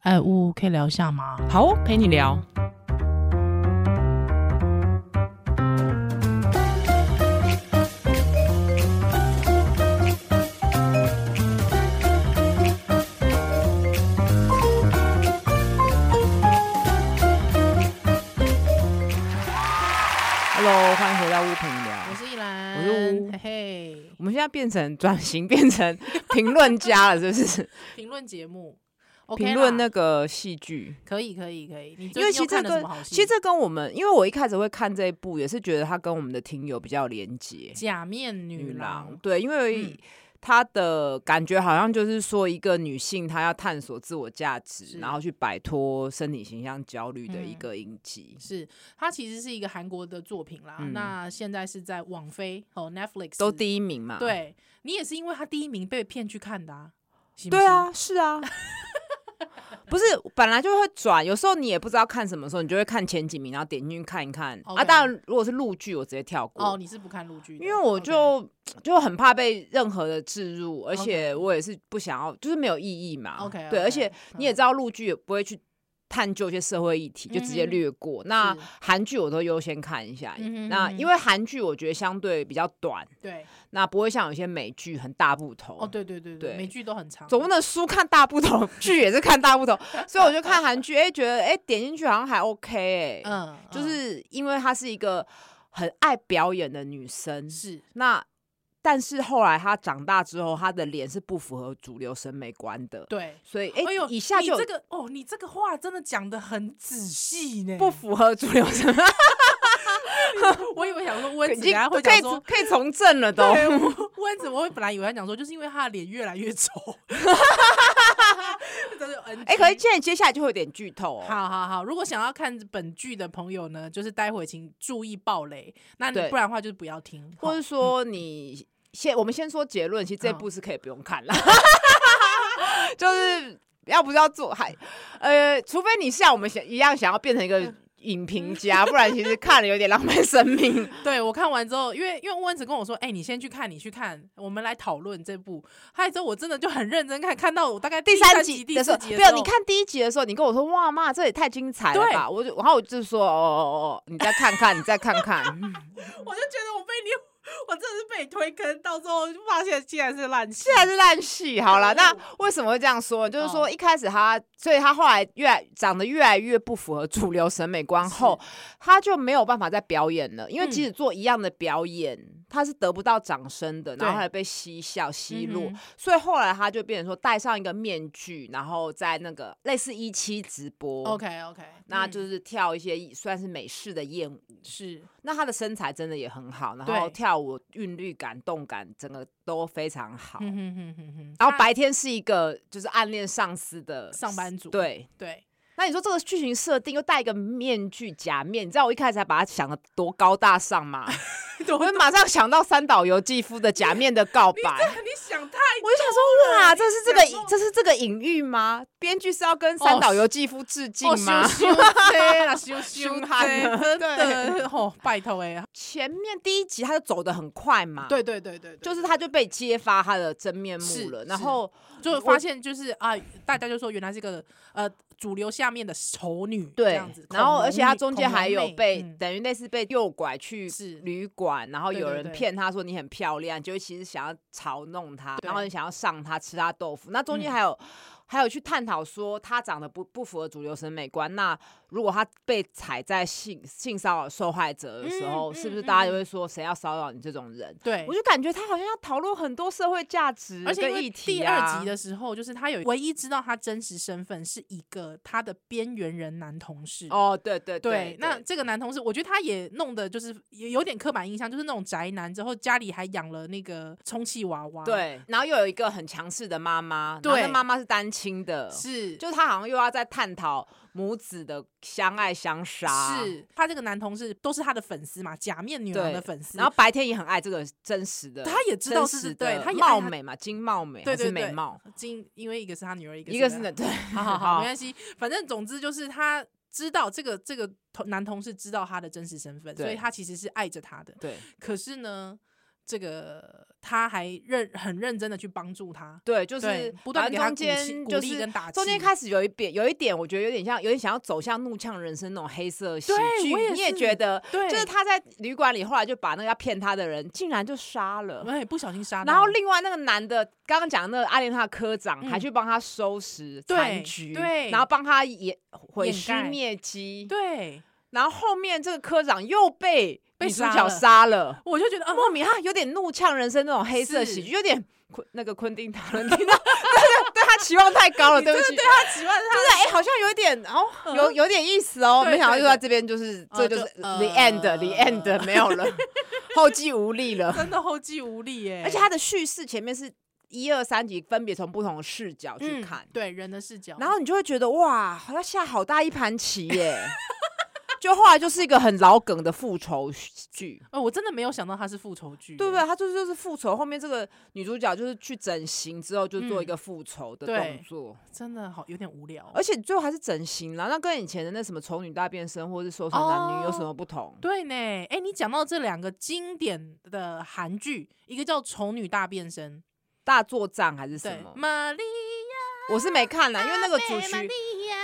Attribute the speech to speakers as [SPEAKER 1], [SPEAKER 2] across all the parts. [SPEAKER 1] 哎，呜，可以聊一下吗？
[SPEAKER 2] 好哦，陪你聊。Hello，欢迎回到屋陪你聊
[SPEAKER 1] 我。是依兰，
[SPEAKER 2] 我是呜
[SPEAKER 1] 嘿嘿，
[SPEAKER 2] 我们现在变成转型，变成评论家了，是不是？
[SPEAKER 1] 评论节目，OK 啦
[SPEAKER 2] 评论那个戏剧。
[SPEAKER 1] 可以可以可以，你
[SPEAKER 2] 因为其
[SPEAKER 1] 最近又
[SPEAKER 2] 实
[SPEAKER 1] 看
[SPEAKER 2] 这
[SPEAKER 1] 了
[SPEAKER 2] 个
[SPEAKER 1] 什么好戏？
[SPEAKER 2] 其实这跟我们，因为我一开始会看这一部，也是觉得它跟我们的听友比较有连结。
[SPEAKER 1] 假面女郎，
[SPEAKER 2] 对，因为
[SPEAKER 1] 嗯
[SPEAKER 2] 它的感觉好像就是说，一个女性她要探索自我价值，
[SPEAKER 1] 是
[SPEAKER 2] 然后去摆脱身体形象焦虑的一
[SPEAKER 1] 嗯
[SPEAKER 2] 个影集。
[SPEAKER 1] 是它其实是一个韩国的作品啦。
[SPEAKER 2] 嗯
[SPEAKER 1] 那现在是在网飞哦 Netflix
[SPEAKER 2] 都第一啊名嘛？
[SPEAKER 1] 对你也是因为他第一名被骗去看的啊，行不
[SPEAKER 2] 对
[SPEAKER 1] 行，
[SPEAKER 2] 啊， 是啊，不是本来就会转，有时候你也不知道看什么时候，你就会看前几名，然后点进去看一看。啊，
[SPEAKER 1] OK
[SPEAKER 2] 当然如果是陆剧，我直接跳过。
[SPEAKER 1] 哦，你是不看陆剧的，
[SPEAKER 2] 因为我
[SPEAKER 1] OK
[SPEAKER 2] 就就很怕被任何的置入，而
[SPEAKER 1] OK
[SPEAKER 2] 且我也是不想要，就是没有意义嘛。
[SPEAKER 1] OK，嗯
[SPEAKER 2] 对，而且你也知
[SPEAKER 1] 道，
[SPEAKER 2] 道陆剧也不会去探究一些社会议题，就直接
[SPEAKER 1] 嗯哼
[SPEAKER 2] 略过。那
[SPEAKER 1] 是
[SPEAKER 2] 韩剧我都优先看一下。
[SPEAKER 1] 嗯哼
[SPEAKER 2] 那
[SPEAKER 1] 嗯哼
[SPEAKER 2] 因为韩剧我觉得相对比较短，
[SPEAKER 1] 对，
[SPEAKER 2] 那不会像有些美剧很大不同。
[SPEAKER 1] 哦，对对对
[SPEAKER 2] 对
[SPEAKER 1] 对，每剧都很长，
[SPEAKER 2] 总不能书看大不同，剧也是看大 不同，所以我就看韩剧，哎、觉得哎、点进去好像还 OK 哎、
[SPEAKER 1] 嗯，
[SPEAKER 2] 就
[SPEAKER 1] 嗯
[SPEAKER 2] 是因为她是一个很爱表演的女生，
[SPEAKER 1] 是
[SPEAKER 2] 那但是后来她长大之后，她的脸是不符合主流审美观的，
[SPEAKER 1] 对。
[SPEAKER 2] 所以哎、
[SPEAKER 1] 哎呦，
[SPEAKER 2] 以下
[SPEAKER 1] 你
[SPEAKER 2] 就
[SPEAKER 1] 这个哦，你这个话真的讲的很仔细呢。
[SPEAKER 2] 不符合主 流审美，
[SPEAKER 1] 我以为想说温
[SPEAKER 2] 已
[SPEAKER 1] 子，
[SPEAKER 2] 经
[SPEAKER 1] 等下会
[SPEAKER 2] 可
[SPEAKER 1] 讲
[SPEAKER 2] 以
[SPEAKER 1] 说，
[SPEAKER 2] 可以从政了都。
[SPEAKER 1] 对， 我温子，我本来以为他讲说，就是因为他的脸越来越丑。真的 NG。
[SPEAKER 2] 哎、可是现在接下来就会有点剧透哦。
[SPEAKER 1] 好好好，如果想要看本剧的朋友呢，就是待会请注意暴雷，那你
[SPEAKER 2] 对
[SPEAKER 1] 不然的话就是不要听。
[SPEAKER 2] 或
[SPEAKER 1] 吼
[SPEAKER 2] 是说你先，我们先说结论，其实这
[SPEAKER 1] 嗯
[SPEAKER 2] 部是可以不用看了， 就是要不是要做还呃，除非你像我们想一样想要变成一
[SPEAKER 1] 嗯
[SPEAKER 2] 个影评家，不然其实看了有点浪费生 命。
[SPEAKER 1] 对我看完之后，因为因为温子跟我说，哎、你先去看，你去看，我们来讨论这部。嗨之后我真的就很认真看，看到我大概
[SPEAKER 2] 第
[SPEAKER 1] 三
[SPEAKER 2] 集
[SPEAKER 1] 第
[SPEAKER 2] 时
[SPEAKER 1] 四
[SPEAKER 2] 候，
[SPEAKER 1] 集
[SPEAKER 2] 没有你，看第一集的时候，你跟我说哇妈，这也太精彩了
[SPEAKER 1] 对
[SPEAKER 2] 吧！我就然后我就说哦哦哦，你再看看，你再看看，
[SPEAKER 1] 我就觉得我被你， 我真的是被你推坑，到时候就发现竟然是烂戏
[SPEAKER 2] 这。还是烂戏。好了，那
[SPEAKER 1] 可恶
[SPEAKER 2] 为什么会这样说呢？就是说
[SPEAKER 1] 嗯哦
[SPEAKER 2] 一开始他，所以他后来越来长得越来越不符合主流审美观后，他就没有办法再表演了，因为
[SPEAKER 1] 嗯
[SPEAKER 2] 即使做一样的表演，他是得不到掌声的，
[SPEAKER 1] 对
[SPEAKER 2] 然后还被嬉笑奚落，
[SPEAKER 1] 嗯哼
[SPEAKER 2] 所以后来他就变成说戴上一个面具，然后在那个类似一期直播
[SPEAKER 1] OK OK，
[SPEAKER 2] 那就是跳一些算是美式的艳舞。
[SPEAKER 1] 是
[SPEAKER 2] 那他的身材真的也很好，然
[SPEAKER 1] 嗯对
[SPEAKER 2] 后跳舞韵律感、动感，整个都非常好。
[SPEAKER 1] 嗯哼哼哼哼
[SPEAKER 2] 然后白天是一个就是暗恋上司的
[SPEAKER 1] 上班族
[SPEAKER 2] 对。
[SPEAKER 1] 对，
[SPEAKER 2] 那你说这个剧情设定又戴一个面具假面，你知道我一开始还把它想的多高大上 吗？
[SPEAKER 1] 我
[SPEAKER 2] 我就马上想到三岛由纪夫的假面的告白，我
[SPEAKER 1] 你想太
[SPEAKER 2] 就想欸说哦哇，这是这个
[SPEAKER 1] 想说
[SPEAKER 2] 这是这个隐喻吗？编剧是要跟三岛由纪夫致敬
[SPEAKER 1] 哦，
[SPEAKER 2] 吗？
[SPEAKER 1] 羞 羞这啦，羞羞
[SPEAKER 2] 凶悍
[SPEAKER 1] 这
[SPEAKER 2] 了
[SPEAKER 1] 真 的哦，拜托哎，
[SPEAKER 2] 前面第一集他就走的很快嘛，，
[SPEAKER 1] 对对对对，对
[SPEAKER 2] 就是他就被揭发他的真面目
[SPEAKER 1] 是
[SPEAKER 2] 了，
[SPEAKER 1] 是
[SPEAKER 2] 然后
[SPEAKER 1] 就发现就是啊，大家就说原来是个呃主流下面的丑女这
[SPEAKER 2] 对
[SPEAKER 1] 样子，，
[SPEAKER 2] 然后而且他
[SPEAKER 1] 她
[SPEAKER 2] 中间还有被、
[SPEAKER 1] 嗯
[SPEAKER 2] 等于类似被诱拐去
[SPEAKER 1] 是
[SPEAKER 2] 旅馆，然后
[SPEAKER 1] 对
[SPEAKER 2] 有
[SPEAKER 1] 对
[SPEAKER 2] 人
[SPEAKER 1] 对
[SPEAKER 2] 骗他说你很漂亮，就其实想要嘲弄他，
[SPEAKER 1] 对
[SPEAKER 2] 然后你想要上他吃他豆腐。那中间
[SPEAKER 1] 嗯
[SPEAKER 2] 还有、还有去探讨说他长得不不符合主流审美观，那如果他被踩在性性骚扰受害者的时
[SPEAKER 1] 嗯
[SPEAKER 2] 候，
[SPEAKER 1] 嗯
[SPEAKER 2] 是不是
[SPEAKER 1] 嗯
[SPEAKER 2] 大家就会说谁要骚扰你这种人？
[SPEAKER 1] 对
[SPEAKER 2] 我。就感觉他好像要讨论很多社会价值
[SPEAKER 1] 而且因
[SPEAKER 2] 跟
[SPEAKER 1] 为
[SPEAKER 2] 议题、
[SPEAKER 1] 第
[SPEAKER 2] 啊、
[SPEAKER 1] 二集的时候，就是她有唯一知道她真实身份是一个她的边缘人男同事。
[SPEAKER 2] 哦，对对
[SPEAKER 1] 对，那这个男同事，我觉得他也弄的就是也有点刻板印象，就是那种宅男，之后家里还养了那个充气娃娃。，
[SPEAKER 2] 对，然后又有一个很强势的妈妈，然后
[SPEAKER 1] 对
[SPEAKER 2] 那妈妈是单亲的，
[SPEAKER 1] 是
[SPEAKER 2] 就是她好像又要在探讨母子的相爱相杀，，
[SPEAKER 1] 是他这个男同事都是他的粉丝嘛，假面女郎
[SPEAKER 2] 对
[SPEAKER 1] 的粉丝，
[SPEAKER 2] 然后白天也很爱这个真实的，
[SPEAKER 1] 他也知道是
[SPEAKER 2] 真实
[SPEAKER 1] 对
[SPEAKER 2] 的
[SPEAKER 1] 他也爱
[SPEAKER 2] 貌
[SPEAKER 1] 她
[SPEAKER 2] 美嘛，金貌美
[SPEAKER 1] 对
[SPEAKER 2] 还是
[SPEAKER 1] 对对
[SPEAKER 2] 美貌，
[SPEAKER 1] 今因为一个是他女儿，一个
[SPEAKER 2] 一个
[SPEAKER 1] 是
[SPEAKER 2] 是
[SPEAKER 1] 他
[SPEAKER 2] 那对，
[SPEAKER 1] 好好好，没关系，反正总之就是他知道这个这个同男同事知道他的真实身份，所
[SPEAKER 2] 对
[SPEAKER 1] 以他其实是爱着他的。
[SPEAKER 2] 对
[SPEAKER 1] 可是呢，这个他还认很认真的去帮助他，
[SPEAKER 2] 对，就是
[SPEAKER 1] 对，不断地
[SPEAKER 2] 反
[SPEAKER 1] 给
[SPEAKER 2] 正
[SPEAKER 1] 他鼓
[SPEAKER 2] 中间
[SPEAKER 1] 气、
[SPEAKER 2] 就
[SPEAKER 1] 鼓励
[SPEAKER 2] 是
[SPEAKER 1] 跟打击。
[SPEAKER 2] 中间开始有一点，有一点，我觉得有点像，有点想要走向怒呛人生那种黑色喜
[SPEAKER 1] 对
[SPEAKER 2] 剧。
[SPEAKER 1] 我也
[SPEAKER 2] 你也
[SPEAKER 1] 是
[SPEAKER 2] 觉得，
[SPEAKER 1] 对，
[SPEAKER 2] 就是他在旅馆里，后来就把那个要骗他的人，竟然就杀了。
[SPEAKER 1] 哎不小心杀到，
[SPEAKER 2] 然后另外那个男的，刚刚讲的那个阿莲他的科长，还
[SPEAKER 1] 嗯
[SPEAKER 2] 去帮他收拾
[SPEAKER 1] 对
[SPEAKER 2] 残局，
[SPEAKER 1] 对
[SPEAKER 2] 然后帮他也毁
[SPEAKER 1] 掩
[SPEAKER 2] 尸
[SPEAKER 1] 盖
[SPEAKER 2] 灭迹。
[SPEAKER 1] 对，
[SPEAKER 2] 然后后面这个科长又被
[SPEAKER 1] 被
[SPEAKER 2] 女主
[SPEAKER 1] 杀
[SPEAKER 2] 角
[SPEAKER 1] 了
[SPEAKER 2] 杀了。
[SPEAKER 1] 我就觉得啊，
[SPEAKER 2] 莫名他有点怒呛人生那种黑色喜剧，
[SPEAKER 1] 是
[SPEAKER 2] 有点昆那个昆汀塔伦蒂诺，对对他期望太高了，
[SPEAKER 1] 你
[SPEAKER 2] 对不
[SPEAKER 1] 真的
[SPEAKER 2] 起，
[SPEAKER 1] 对
[SPEAKER 2] 就是
[SPEAKER 1] 他期望他
[SPEAKER 2] 哎、好像有一点哦，
[SPEAKER 1] 嗯
[SPEAKER 2] 有有点意思哦，
[SPEAKER 1] 对
[SPEAKER 2] 没想到
[SPEAKER 1] 对
[SPEAKER 2] 又到
[SPEAKER 1] 对
[SPEAKER 2] 这边就是
[SPEAKER 1] 呃
[SPEAKER 2] 这就是
[SPEAKER 1] 就
[SPEAKER 2] the end
[SPEAKER 1] 呃
[SPEAKER 2] the end 没有 了，后继无力了，
[SPEAKER 1] 真的后继无力耶、
[SPEAKER 2] 而且他的叙事前面是一二三集分别从不同的视角去
[SPEAKER 1] 嗯
[SPEAKER 2] 看，
[SPEAKER 1] 对人的视角，
[SPEAKER 2] 然后你就会觉得哇，好像下好大一盘棋耶。 就后来就是一个很老梗的复仇剧，
[SPEAKER 1] 呃，我真的没有想到他是复仇剧耶，
[SPEAKER 2] 对不对？他就是就是复仇，后面这个女主角就是去整形之后，就做一个复仇
[SPEAKER 1] 嗯
[SPEAKER 2] 的
[SPEAKER 1] 对
[SPEAKER 2] 动作，
[SPEAKER 1] 真的好有点无聊。
[SPEAKER 2] 而且最后还是整形了。那跟以前的那什么丑女大变身或是说唱男女有什么不同？
[SPEAKER 1] 哦对呢，哎，你讲到这两个经典的韩剧，一个叫《丑女大变身
[SPEAKER 2] 大作战还是》，什
[SPEAKER 1] 对啊
[SPEAKER 2] 么，？
[SPEAKER 1] 玛丽
[SPEAKER 2] 我是没看啦，因为那个
[SPEAKER 1] 亚
[SPEAKER 2] 主
[SPEAKER 1] 贝玛
[SPEAKER 2] 题
[SPEAKER 1] 丽亚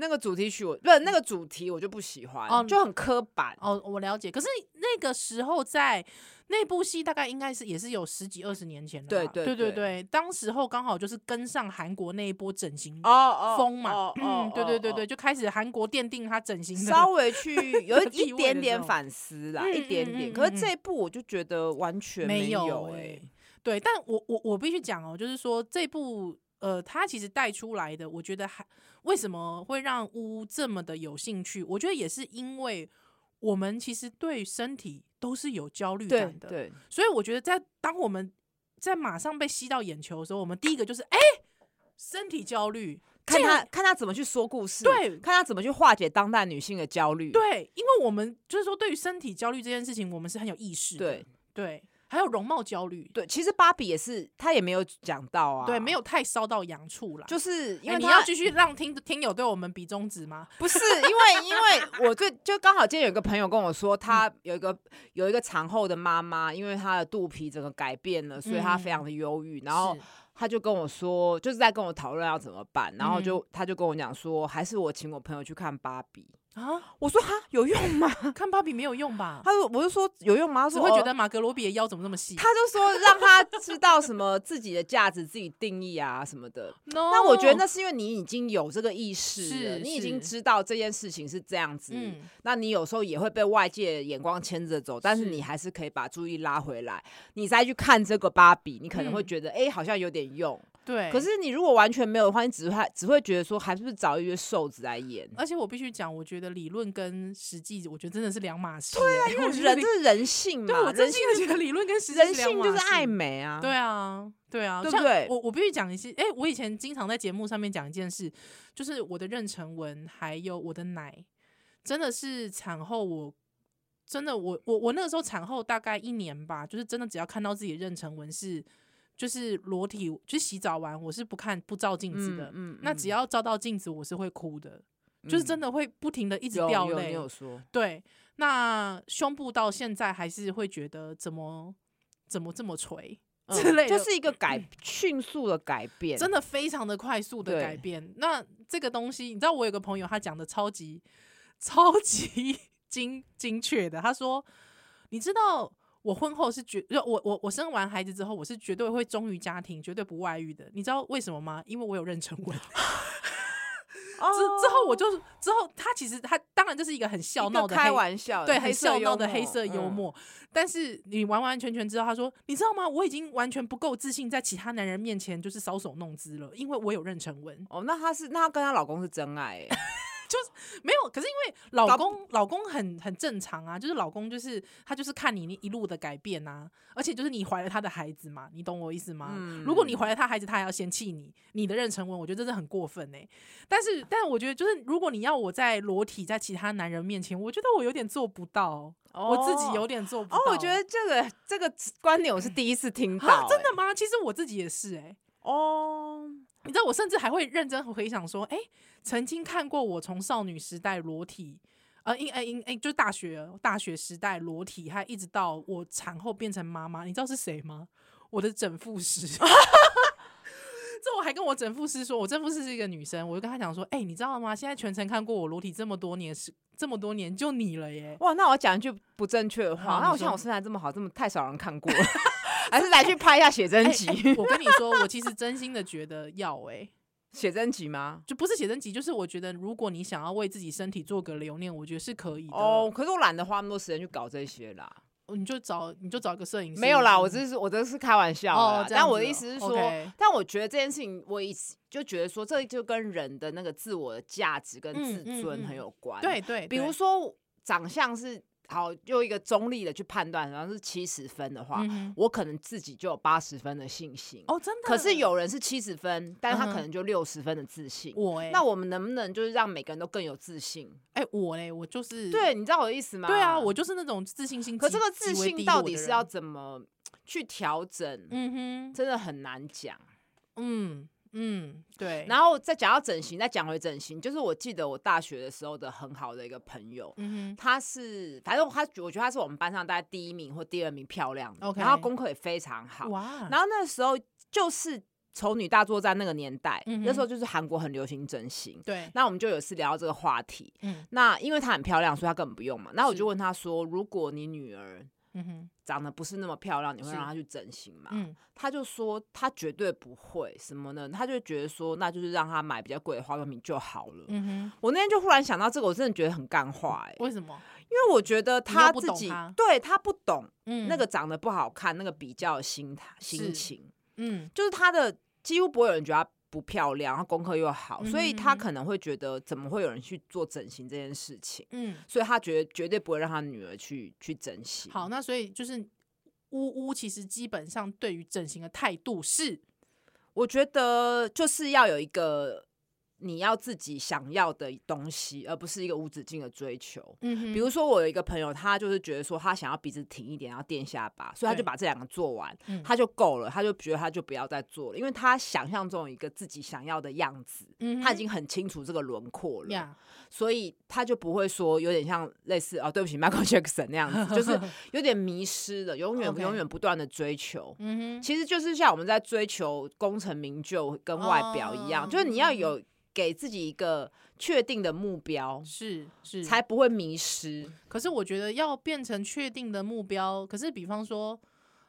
[SPEAKER 2] 那个主题曲我不是那个主题我就不喜欢，
[SPEAKER 1] 哦
[SPEAKER 2] 就很刻板。
[SPEAKER 1] 哦，我了解。可是那个时候在那部戏，大概应该是也是有十几二十年前了
[SPEAKER 2] 对
[SPEAKER 1] 吧，
[SPEAKER 2] 对
[SPEAKER 1] 对
[SPEAKER 2] 对
[SPEAKER 1] 对，当时候刚好就是跟上韩国那一波整形
[SPEAKER 2] 哦哦
[SPEAKER 1] 风嘛，
[SPEAKER 2] 哦哦
[SPEAKER 1] 嗯，对对对对，
[SPEAKER 2] 哦
[SPEAKER 1] 就开始韩国奠定他整形的
[SPEAKER 2] 稍微去有
[SPEAKER 1] 地
[SPEAKER 2] 一
[SPEAKER 1] 位
[SPEAKER 2] 点
[SPEAKER 1] 的
[SPEAKER 2] 点
[SPEAKER 1] 时候
[SPEAKER 2] 反思啦，
[SPEAKER 1] 嗯
[SPEAKER 2] 一点
[SPEAKER 1] 嗯嗯
[SPEAKER 2] 点。
[SPEAKER 1] 嗯
[SPEAKER 2] 可
[SPEAKER 1] 嗯
[SPEAKER 2] 是这一部我就觉得完全
[SPEAKER 1] 没
[SPEAKER 2] 有
[SPEAKER 1] 哎、
[SPEAKER 2] 哎，
[SPEAKER 1] 对，但我我我必须讲哦，就是说这部呃，它其实带出来的，我觉得还为什么会让乌这么的有兴趣？我觉得也是因为我们其实对身体都是有焦虑
[SPEAKER 2] 对
[SPEAKER 1] 感的，
[SPEAKER 2] 对，
[SPEAKER 1] 所以我觉得在当我们在马上被吸到眼球的时候，我们第一个就是哎、身体焦虑，
[SPEAKER 2] 看
[SPEAKER 1] 竟然
[SPEAKER 2] 他看他怎么去说故事，
[SPEAKER 1] 对
[SPEAKER 2] 看他怎么去化解当代女性的焦虑，
[SPEAKER 1] 对，因为我们就是说对于身体焦虑这件事情，我们是很有意识的，
[SPEAKER 2] 对
[SPEAKER 1] 对，还有容貌焦虑。
[SPEAKER 2] 对其实芭比也是，她也没有讲到啊，
[SPEAKER 1] 对，没，有太烧到痒处啦。
[SPEAKER 2] 就是因
[SPEAKER 1] 哎
[SPEAKER 2] 为
[SPEAKER 1] 你
[SPEAKER 2] 她
[SPEAKER 1] 要继续让听听友对我们比中指吗？
[SPEAKER 2] 不是因为因为我最就刚好今天有一个朋友跟我
[SPEAKER 1] 嗯
[SPEAKER 2] 说，她有一个有一个产后的妈妈，因为她的肚皮整个改变了，所以她非常的忧郁，然后
[SPEAKER 1] 嗯是
[SPEAKER 2] 她就跟我说，就是在跟我讨论要怎么办，然
[SPEAKER 1] 嗯
[SPEAKER 2] 后就她就跟我讲说，还是我请我朋友去看芭比。
[SPEAKER 1] 啊，
[SPEAKER 2] 我说哈有用吗？
[SPEAKER 1] 看芭比没有用吧？
[SPEAKER 2] 她说我就说有用吗？她
[SPEAKER 1] 只
[SPEAKER 2] 说
[SPEAKER 1] 会
[SPEAKER 2] 哦
[SPEAKER 1] 觉得马格罗比的腰怎么那么细
[SPEAKER 2] 他就说让他知道什么自己的价值、自己定义啊什么的。
[SPEAKER 1] ？No，
[SPEAKER 2] 那我觉得那是因为你已经有这个意识
[SPEAKER 1] 哦
[SPEAKER 2] 了，
[SPEAKER 1] 是
[SPEAKER 2] 你已经
[SPEAKER 1] 是
[SPEAKER 2] 知道这件事情是这样子。
[SPEAKER 1] 嗯，
[SPEAKER 2] 那你有时候也会被外界的眼光牵着走，但是
[SPEAKER 1] 是
[SPEAKER 2] 你还是可以把注意拉回来，你再去看这个芭比，你可能会
[SPEAKER 1] 嗯
[SPEAKER 2] 觉得哎、诶好像有点用。
[SPEAKER 1] 对。
[SPEAKER 2] 可，是你如果完全没有的话，你只会只会觉得说，还是不是找一个瘦子 来演？
[SPEAKER 1] 而且我必须讲，我觉得理论跟实际，我觉得真的是两码事。对啊，因
[SPEAKER 2] 人这是人性嘛，
[SPEAKER 1] 对我真
[SPEAKER 2] 人
[SPEAKER 1] 心
[SPEAKER 2] 性
[SPEAKER 1] 的觉得理论跟实际
[SPEAKER 2] 人
[SPEAKER 1] 两
[SPEAKER 2] 性
[SPEAKER 1] 码
[SPEAKER 2] 就是爱
[SPEAKER 1] 事。
[SPEAKER 2] 美啊。
[SPEAKER 1] 对啊，对啊，
[SPEAKER 2] 对不
[SPEAKER 1] 像
[SPEAKER 2] 对
[SPEAKER 1] 我我必须讲一些，哎、我以前经常在节目上面讲一件事，就是我的妊娠纹还有我的奶，真的是产后我。真的，我我我那个时候产后大概一年吧，就是真的只要看到自己的妊娠纹是，就是裸体，就是洗澡完我是不看不照镜子的，
[SPEAKER 2] 嗯
[SPEAKER 1] 那只要照到镜子我是会哭的，就是真
[SPEAKER 2] 的
[SPEAKER 1] 的会不停的一直
[SPEAKER 2] 有
[SPEAKER 1] 掉
[SPEAKER 2] 有你
[SPEAKER 1] 泪。
[SPEAKER 2] 有说。
[SPEAKER 1] 对，那胸部到现在还是会觉得怎么怎么这么垂，之
[SPEAKER 2] 嗯
[SPEAKER 1] 类
[SPEAKER 2] 就
[SPEAKER 1] 的
[SPEAKER 2] 是一个改迅速的改变，
[SPEAKER 1] 真的非常的快速的
[SPEAKER 2] 对
[SPEAKER 1] 改变。那这个东西，你知道我有个朋友，他讲的超级超级精精确的，他说，你知道。我婚后是绝，就我我我生完孩子之后，我是绝对会忠于家庭，绝对不外遇的。你知道为什么吗？因为我有妊娠纹。
[SPEAKER 2] 哦
[SPEAKER 1] 之之后我就之后，他其实他当然这是一个很笑
[SPEAKER 2] 一
[SPEAKER 1] 闹
[SPEAKER 2] 个
[SPEAKER 1] 的
[SPEAKER 2] 开
[SPEAKER 1] 黑
[SPEAKER 2] 玩笑，
[SPEAKER 1] 对，
[SPEAKER 2] 黑
[SPEAKER 1] 很
[SPEAKER 2] 色
[SPEAKER 1] 笑
[SPEAKER 2] 幽
[SPEAKER 1] 闹的黑色幽
[SPEAKER 2] 嗯
[SPEAKER 1] 默。但是你完完全全知道，他说，你知道吗？我已经完全不够自信，在其他男人面前就是搔首弄姿了，因为我有妊娠纹。
[SPEAKER 2] 哦，那她是那她跟她老公是真爱欸，
[SPEAKER 1] 没有，可是因为老
[SPEAKER 2] 搞不
[SPEAKER 1] 公，老公很很正常啊，就是老公就是他就是看你一路的改变啊，而且就是你怀了他的孩子嘛，你懂我意思吗？如果你
[SPEAKER 2] 嗯
[SPEAKER 1] 怀了他孩子，他还要嫌弃你，你的妊娠纹，我觉得这是很过分哎、但是，但我觉得就是如果你要我在裸体在其他男人面前，我觉得我有点做不到， 我自己有点做不到。
[SPEAKER 2] 哦，我觉得这个这个观点我是第一次听
[SPEAKER 1] 啊
[SPEAKER 2] 到，，
[SPEAKER 1] 真
[SPEAKER 2] 欸
[SPEAKER 1] 的吗？其实我自己也是哎、
[SPEAKER 2] 哦，
[SPEAKER 1] 你知道，我甚至还会认真回想说，哎、曾经看过我从少女时代裸体，呃，因哎因哎，就是大学大学时代裸体，还一直到我产后变成妈妈，你知道是谁吗？我的整复师。 这我还跟我整复师说，我整复师是一个女生，我就跟她讲说，哎、你知道吗？现在全程看过我裸体这么多年，是这么多年就你了耶。
[SPEAKER 2] 哇，那我讲一句不正确的
[SPEAKER 1] 好
[SPEAKER 2] 话，那
[SPEAKER 1] 你
[SPEAKER 2] 我像
[SPEAKER 1] 说
[SPEAKER 2] 我身材这么好，这么太少人 看过了， 还是来去拍一下写真
[SPEAKER 1] 哎哎
[SPEAKER 2] 集？
[SPEAKER 1] 我跟你说，我其实真心的觉得要哎、
[SPEAKER 2] 写真集吗？
[SPEAKER 1] 就不是写真集，就是我觉得如果你想要为自己身体做个留念，我觉得是可以的。
[SPEAKER 2] 哦，可是我懒得花那么多时间去搞这些啦。
[SPEAKER 1] 你就找你就找一个摄影师。
[SPEAKER 2] 没有啦，我
[SPEAKER 1] 是嗯
[SPEAKER 2] 这是我这是开玩笑的啦
[SPEAKER 1] 哦这样
[SPEAKER 2] 但我的
[SPEAKER 1] 子
[SPEAKER 2] 意
[SPEAKER 1] 哦
[SPEAKER 2] 思是说
[SPEAKER 1] OK
[SPEAKER 2] 但我觉得这件事情，我一直就觉得说，这就跟人的那个自我的价值跟
[SPEAKER 1] 嗯
[SPEAKER 2] 自尊
[SPEAKER 1] 嗯
[SPEAKER 2] 很
[SPEAKER 1] 嗯
[SPEAKER 2] 有关。
[SPEAKER 1] 对对，
[SPEAKER 2] 比如
[SPEAKER 1] 对，
[SPEAKER 2] 说长相是好，用一个中立的去判断，然后是七十分的话，
[SPEAKER 1] 嗯哼
[SPEAKER 2] 我可能自己就有八十分的信心。
[SPEAKER 1] 哦，真的。
[SPEAKER 2] 可是有人是七十分，但是他
[SPEAKER 1] 嗯
[SPEAKER 2] 可
[SPEAKER 1] 哼
[SPEAKER 2] 能就六十分的自信。
[SPEAKER 1] 我哎、
[SPEAKER 2] 那我们能不能就是让每个人都更有自信？
[SPEAKER 1] 哎、我哎、我就是
[SPEAKER 2] 对，你知道我的意思吗？
[SPEAKER 1] 对啊，我就是那种自信心极。
[SPEAKER 2] 可这个自
[SPEAKER 1] 极为低
[SPEAKER 2] 信
[SPEAKER 1] 落
[SPEAKER 2] 到
[SPEAKER 1] 的
[SPEAKER 2] 底是
[SPEAKER 1] 人
[SPEAKER 2] 要怎么去调整？
[SPEAKER 1] 嗯哼
[SPEAKER 2] 真的很难讲。
[SPEAKER 1] 嗯嗯对，
[SPEAKER 2] 然后再讲到整形，再讲回整形，就是我记得我大学的时候的很好的一个朋友，
[SPEAKER 1] 嗯哼
[SPEAKER 2] 她是反正她我觉得她是我们班上大概第一名或第二名漂亮的
[SPEAKER 1] OK
[SPEAKER 2] 然后功课也非常好。
[SPEAKER 1] 哇，
[SPEAKER 2] 然后那时候就是丑女大作战那个年代，
[SPEAKER 1] 嗯哼
[SPEAKER 2] 那时候就是韩国很流行整形。
[SPEAKER 1] 对，
[SPEAKER 2] 那我们就有一次聊到这个话题，
[SPEAKER 1] 嗯
[SPEAKER 2] 那因为她很漂亮，所以她根本不用嘛。那我
[SPEAKER 1] 是
[SPEAKER 2] 就问她说：“如果你女儿
[SPEAKER 1] 嗯哼
[SPEAKER 2] 长得不是那么漂亮，你会
[SPEAKER 1] 是
[SPEAKER 2] 让她去整形吗？”
[SPEAKER 1] 嗯
[SPEAKER 2] 他就说他绝对不会什么呢？他就觉得说，那就是让他买比较贵的化妆品就好了。
[SPEAKER 1] 嗯
[SPEAKER 2] 我那天就忽然想到这个，我真的觉得很干话哎、
[SPEAKER 1] 哼，为什么？
[SPEAKER 2] 因为我觉得他
[SPEAKER 1] 不
[SPEAKER 2] 自
[SPEAKER 1] 懂
[SPEAKER 2] 己
[SPEAKER 1] 他
[SPEAKER 2] 对他不懂、
[SPEAKER 1] 嗯
[SPEAKER 2] 那个长得不好看那个比较的心态心
[SPEAKER 1] 是
[SPEAKER 2] 情，
[SPEAKER 1] 嗯
[SPEAKER 2] 就是他的几乎不会有人觉得他不漂亮，他功课又好，所以
[SPEAKER 1] 嗯哼
[SPEAKER 2] 他
[SPEAKER 1] 嗯哼
[SPEAKER 2] 可能会觉得怎么会有人去做整形这件事情，
[SPEAKER 1] 嗯
[SPEAKER 2] 所以他觉得绝对不会让他女儿去去整形。
[SPEAKER 1] 好，那所以就是呜呜，其实基本上对于整形的态度是
[SPEAKER 2] 我觉得就是要有一个你要自己想要的东西，而不是一个无止境的追求。
[SPEAKER 1] 嗯哼
[SPEAKER 2] 比如说，我有一个朋友，他就是觉得说他想要鼻子挺一点，然后垫下巴，所以他就
[SPEAKER 1] 对
[SPEAKER 2] 把这两个做完，
[SPEAKER 1] 嗯
[SPEAKER 2] 他就够了，他就觉得他就不要再做了，因为他想象中有一个自己想要的样子，
[SPEAKER 1] 嗯
[SPEAKER 2] 他已
[SPEAKER 1] 哼
[SPEAKER 2] 经很清楚这个轮廓了，
[SPEAKER 1] 呀，
[SPEAKER 2] 所以他就不会说有点像类似哦，对不起，Michael Jackson 那样子， 就是有点迷失了，永远
[SPEAKER 1] OK
[SPEAKER 2] 永远不断的追求。
[SPEAKER 1] 嗯哼
[SPEAKER 2] 其实就是像我们在追求功成名就跟外表一样，
[SPEAKER 1] 哦
[SPEAKER 2] 就是你要有给自己一个确定的目标，
[SPEAKER 1] 是是
[SPEAKER 2] 才不会迷失。
[SPEAKER 1] 可是我觉得要变成确定的目标，可是比方说，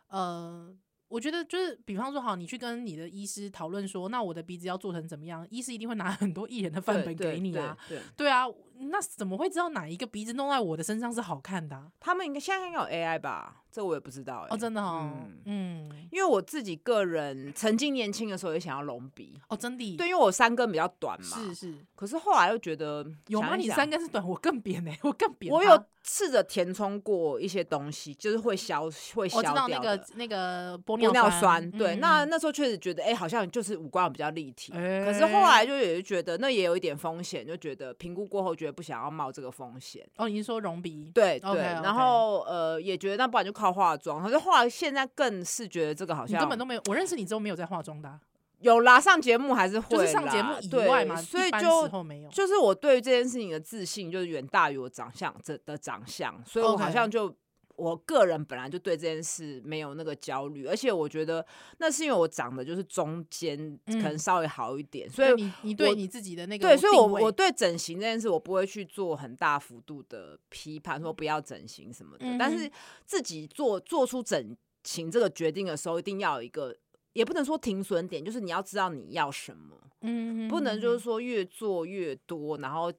[SPEAKER 1] 呃，我觉得就是比方说，好，你去跟你的医师讨论说，那我的鼻子要做成怎么样？医师一定会拿很多艺人的范
[SPEAKER 2] 对
[SPEAKER 1] 本
[SPEAKER 2] 对
[SPEAKER 1] 给你
[SPEAKER 2] 对
[SPEAKER 1] 啊，
[SPEAKER 2] 对，
[SPEAKER 1] 对啊，那怎么会知道哪一个鼻子弄在我的身上是好看的啊、
[SPEAKER 2] 他们应该现在应该有 AI 吧？这我也不知道哎、
[SPEAKER 1] 哦，真的哦，
[SPEAKER 2] 嗯
[SPEAKER 1] 嗯，
[SPEAKER 2] 因为我自己个人曾经年轻的时候也想要隆鼻，
[SPEAKER 1] 哦，真的，
[SPEAKER 2] 对，，因为我三根比较短嘛。
[SPEAKER 1] 是。是
[SPEAKER 2] 可是后来又觉得
[SPEAKER 1] 有吗？
[SPEAKER 2] 想一
[SPEAKER 1] 你
[SPEAKER 2] 想
[SPEAKER 1] 三根是短，我更扁呢、我更扁它。
[SPEAKER 2] 我有试着填充过一些东西，就是会消会消
[SPEAKER 1] 我知
[SPEAKER 2] 掉
[SPEAKER 1] 道那
[SPEAKER 2] 的
[SPEAKER 1] 个那个玻
[SPEAKER 2] 玻尿酸，
[SPEAKER 1] 酸，
[SPEAKER 2] 对，
[SPEAKER 1] 嗯
[SPEAKER 2] 那
[SPEAKER 1] 嗯
[SPEAKER 2] 那时候确实觉得，哎、好像就是五官比较立体。
[SPEAKER 1] 哎
[SPEAKER 2] 可是后来就也觉得那也有一点风险，就觉得评估过后觉得不想要冒这个风险，
[SPEAKER 1] 哦，你是说隆鼻？
[SPEAKER 2] 对对。
[SPEAKER 1] OK，OK
[SPEAKER 2] 然后呃也觉得那不然就靠化妆，可是后来现在更是觉得这个好
[SPEAKER 1] 你
[SPEAKER 2] 像
[SPEAKER 1] 根本都没有，我认识你之后没有在化妆的啊、
[SPEAKER 2] 有啦，上节目还是会
[SPEAKER 1] 就
[SPEAKER 2] 啦
[SPEAKER 1] 是上节目以
[SPEAKER 2] 对
[SPEAKER 1] 外嘛，
[SPEAKER 2] 所以
[SPEAKER 1] 一般时
[SPEAKER 2] 就
[SPEAKER 1] 候没有。
[SPEAKER 2] 就是我对于这件事情的自信就是远大于我长相这的长相，所以我
[SPEAKER 1] OK
[SPEAKER 2] 好像就。我个人本来就对这件事没有那个焦虑，而且我觉得那是因为我长得就是中间，可
[SPEAKER 1] 嗯
[SPEAKER 2] 能稍微好一点，所
[SPEAKER 1] 所以
[SPEAKER 2] 以
[SPEAKER 1] 你你
[SPEAKER 2] 我
[SPEAKER 1] 对你自己的那个
[SPEAKER 2] 对，所以我
[SPEAKER 1] 定位
[SPEAKER 2] 我对整形这件事我不会去做很大幅度的批判，说不要整形什么的。
[SPEAKER 1] 嗯
[SPEAKER 2] 但
[SPEAKER 1] 哼
[SPEAKER 2] 是自己做做出整形这个决定的时候，一定要有一个，也不能说停损点，就是你要知道你要什么。
[SPEAKER 1] 嗯
[SPEAKER 2] 不能就是
[SPEAKER 1] 是
[SPEAKER 2] 说越做越多，然后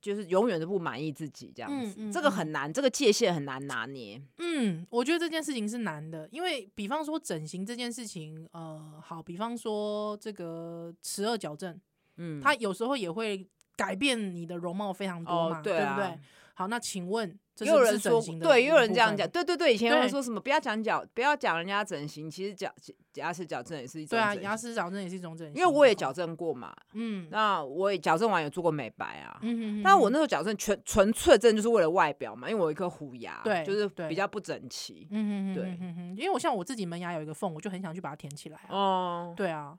[SPEAKER 2] 就是永远都不满意自己这样子，
[SPEAKER 1] 嗯嗯
[SPEAKER 2] 这个
[SPEAKER 1] 嗯
[SPEAKER 2] 很难，这个界限很难拿捏。
[SPEAKER 1] 嗯，我觉得这件事情是难的，因为比方说整形这件事情，呃，好，比方说这个十二矫正，
[SPEAKER 2] 嗯，
[SPEAKER 1] 它有时候也会改变你的容貌非常多
[SPEAKER 2] 哦
[SPEAKER 1] 嘛，
[SPEAKER 2] 对啊
[SPEAKER 1] 不对？好，那请问这
[SPEAKER 2] 也
[SPEAKER 1] 是
[SPEAKER 2] 有
[SPEAKER 1] 不
[SPEAKER 2] 人
[SPEAKER 1] 是
[SPEAKER 2] 说
[SPEAKER 1] 整形的
[SPEAKER 2] 对，
[SPEAKER 1] 一
[SPEAKER 2] 也有人
[SPEAKER 1] 部
[SPEAKER 2] 这样
[SPEAKER 1] 分
[SPEAKER 2] 讲，，对对对，以前会
[SPEAKER 1] 对
[SPEAKER 2] 说什么不要讲矫，不要讲人家整形，其实矫牙齿矫正也是一种
[SPEAKER 1] 对啊，
[SPEAKER 2] 整
[SPEAKER 1] 牙
[SPEAKER 2] 形
[SPEAKER 1] 齿矫正也是一种整形，
[SPEAKER 2] 因为我也
[SPEAKER 1] 哦
[SPEAKER 2] 矫，正过嘛，
[SPEAKER 1] 嗯
[SPEAKER 2] 那我也矫正完有做过美白啊。
[SPEAKER 1] 嗯
[SPEAKER 2] 但我
[SPEAKER 1] 那
[SPEAKER 2] 那时候矫正全纯粹真的就是为了外表嘛，因为我有一颗虎牙，
[SPEAKER 1] 对
[SPEAKER 2] 就是
[SPEAKER 1] 对
[SPEAKER 2] 比较不整齐。
[SPEAKER 1] 嗯嗯
[SPEAKER 2] 对
[SPEAKER 1] 嗯嗯嗯，因为我像我自己门牙有一个缝，我就很想去把它填起来啊、嗯
[SPEAKER 2] 哦，
[SPEAKER 1] 对啊，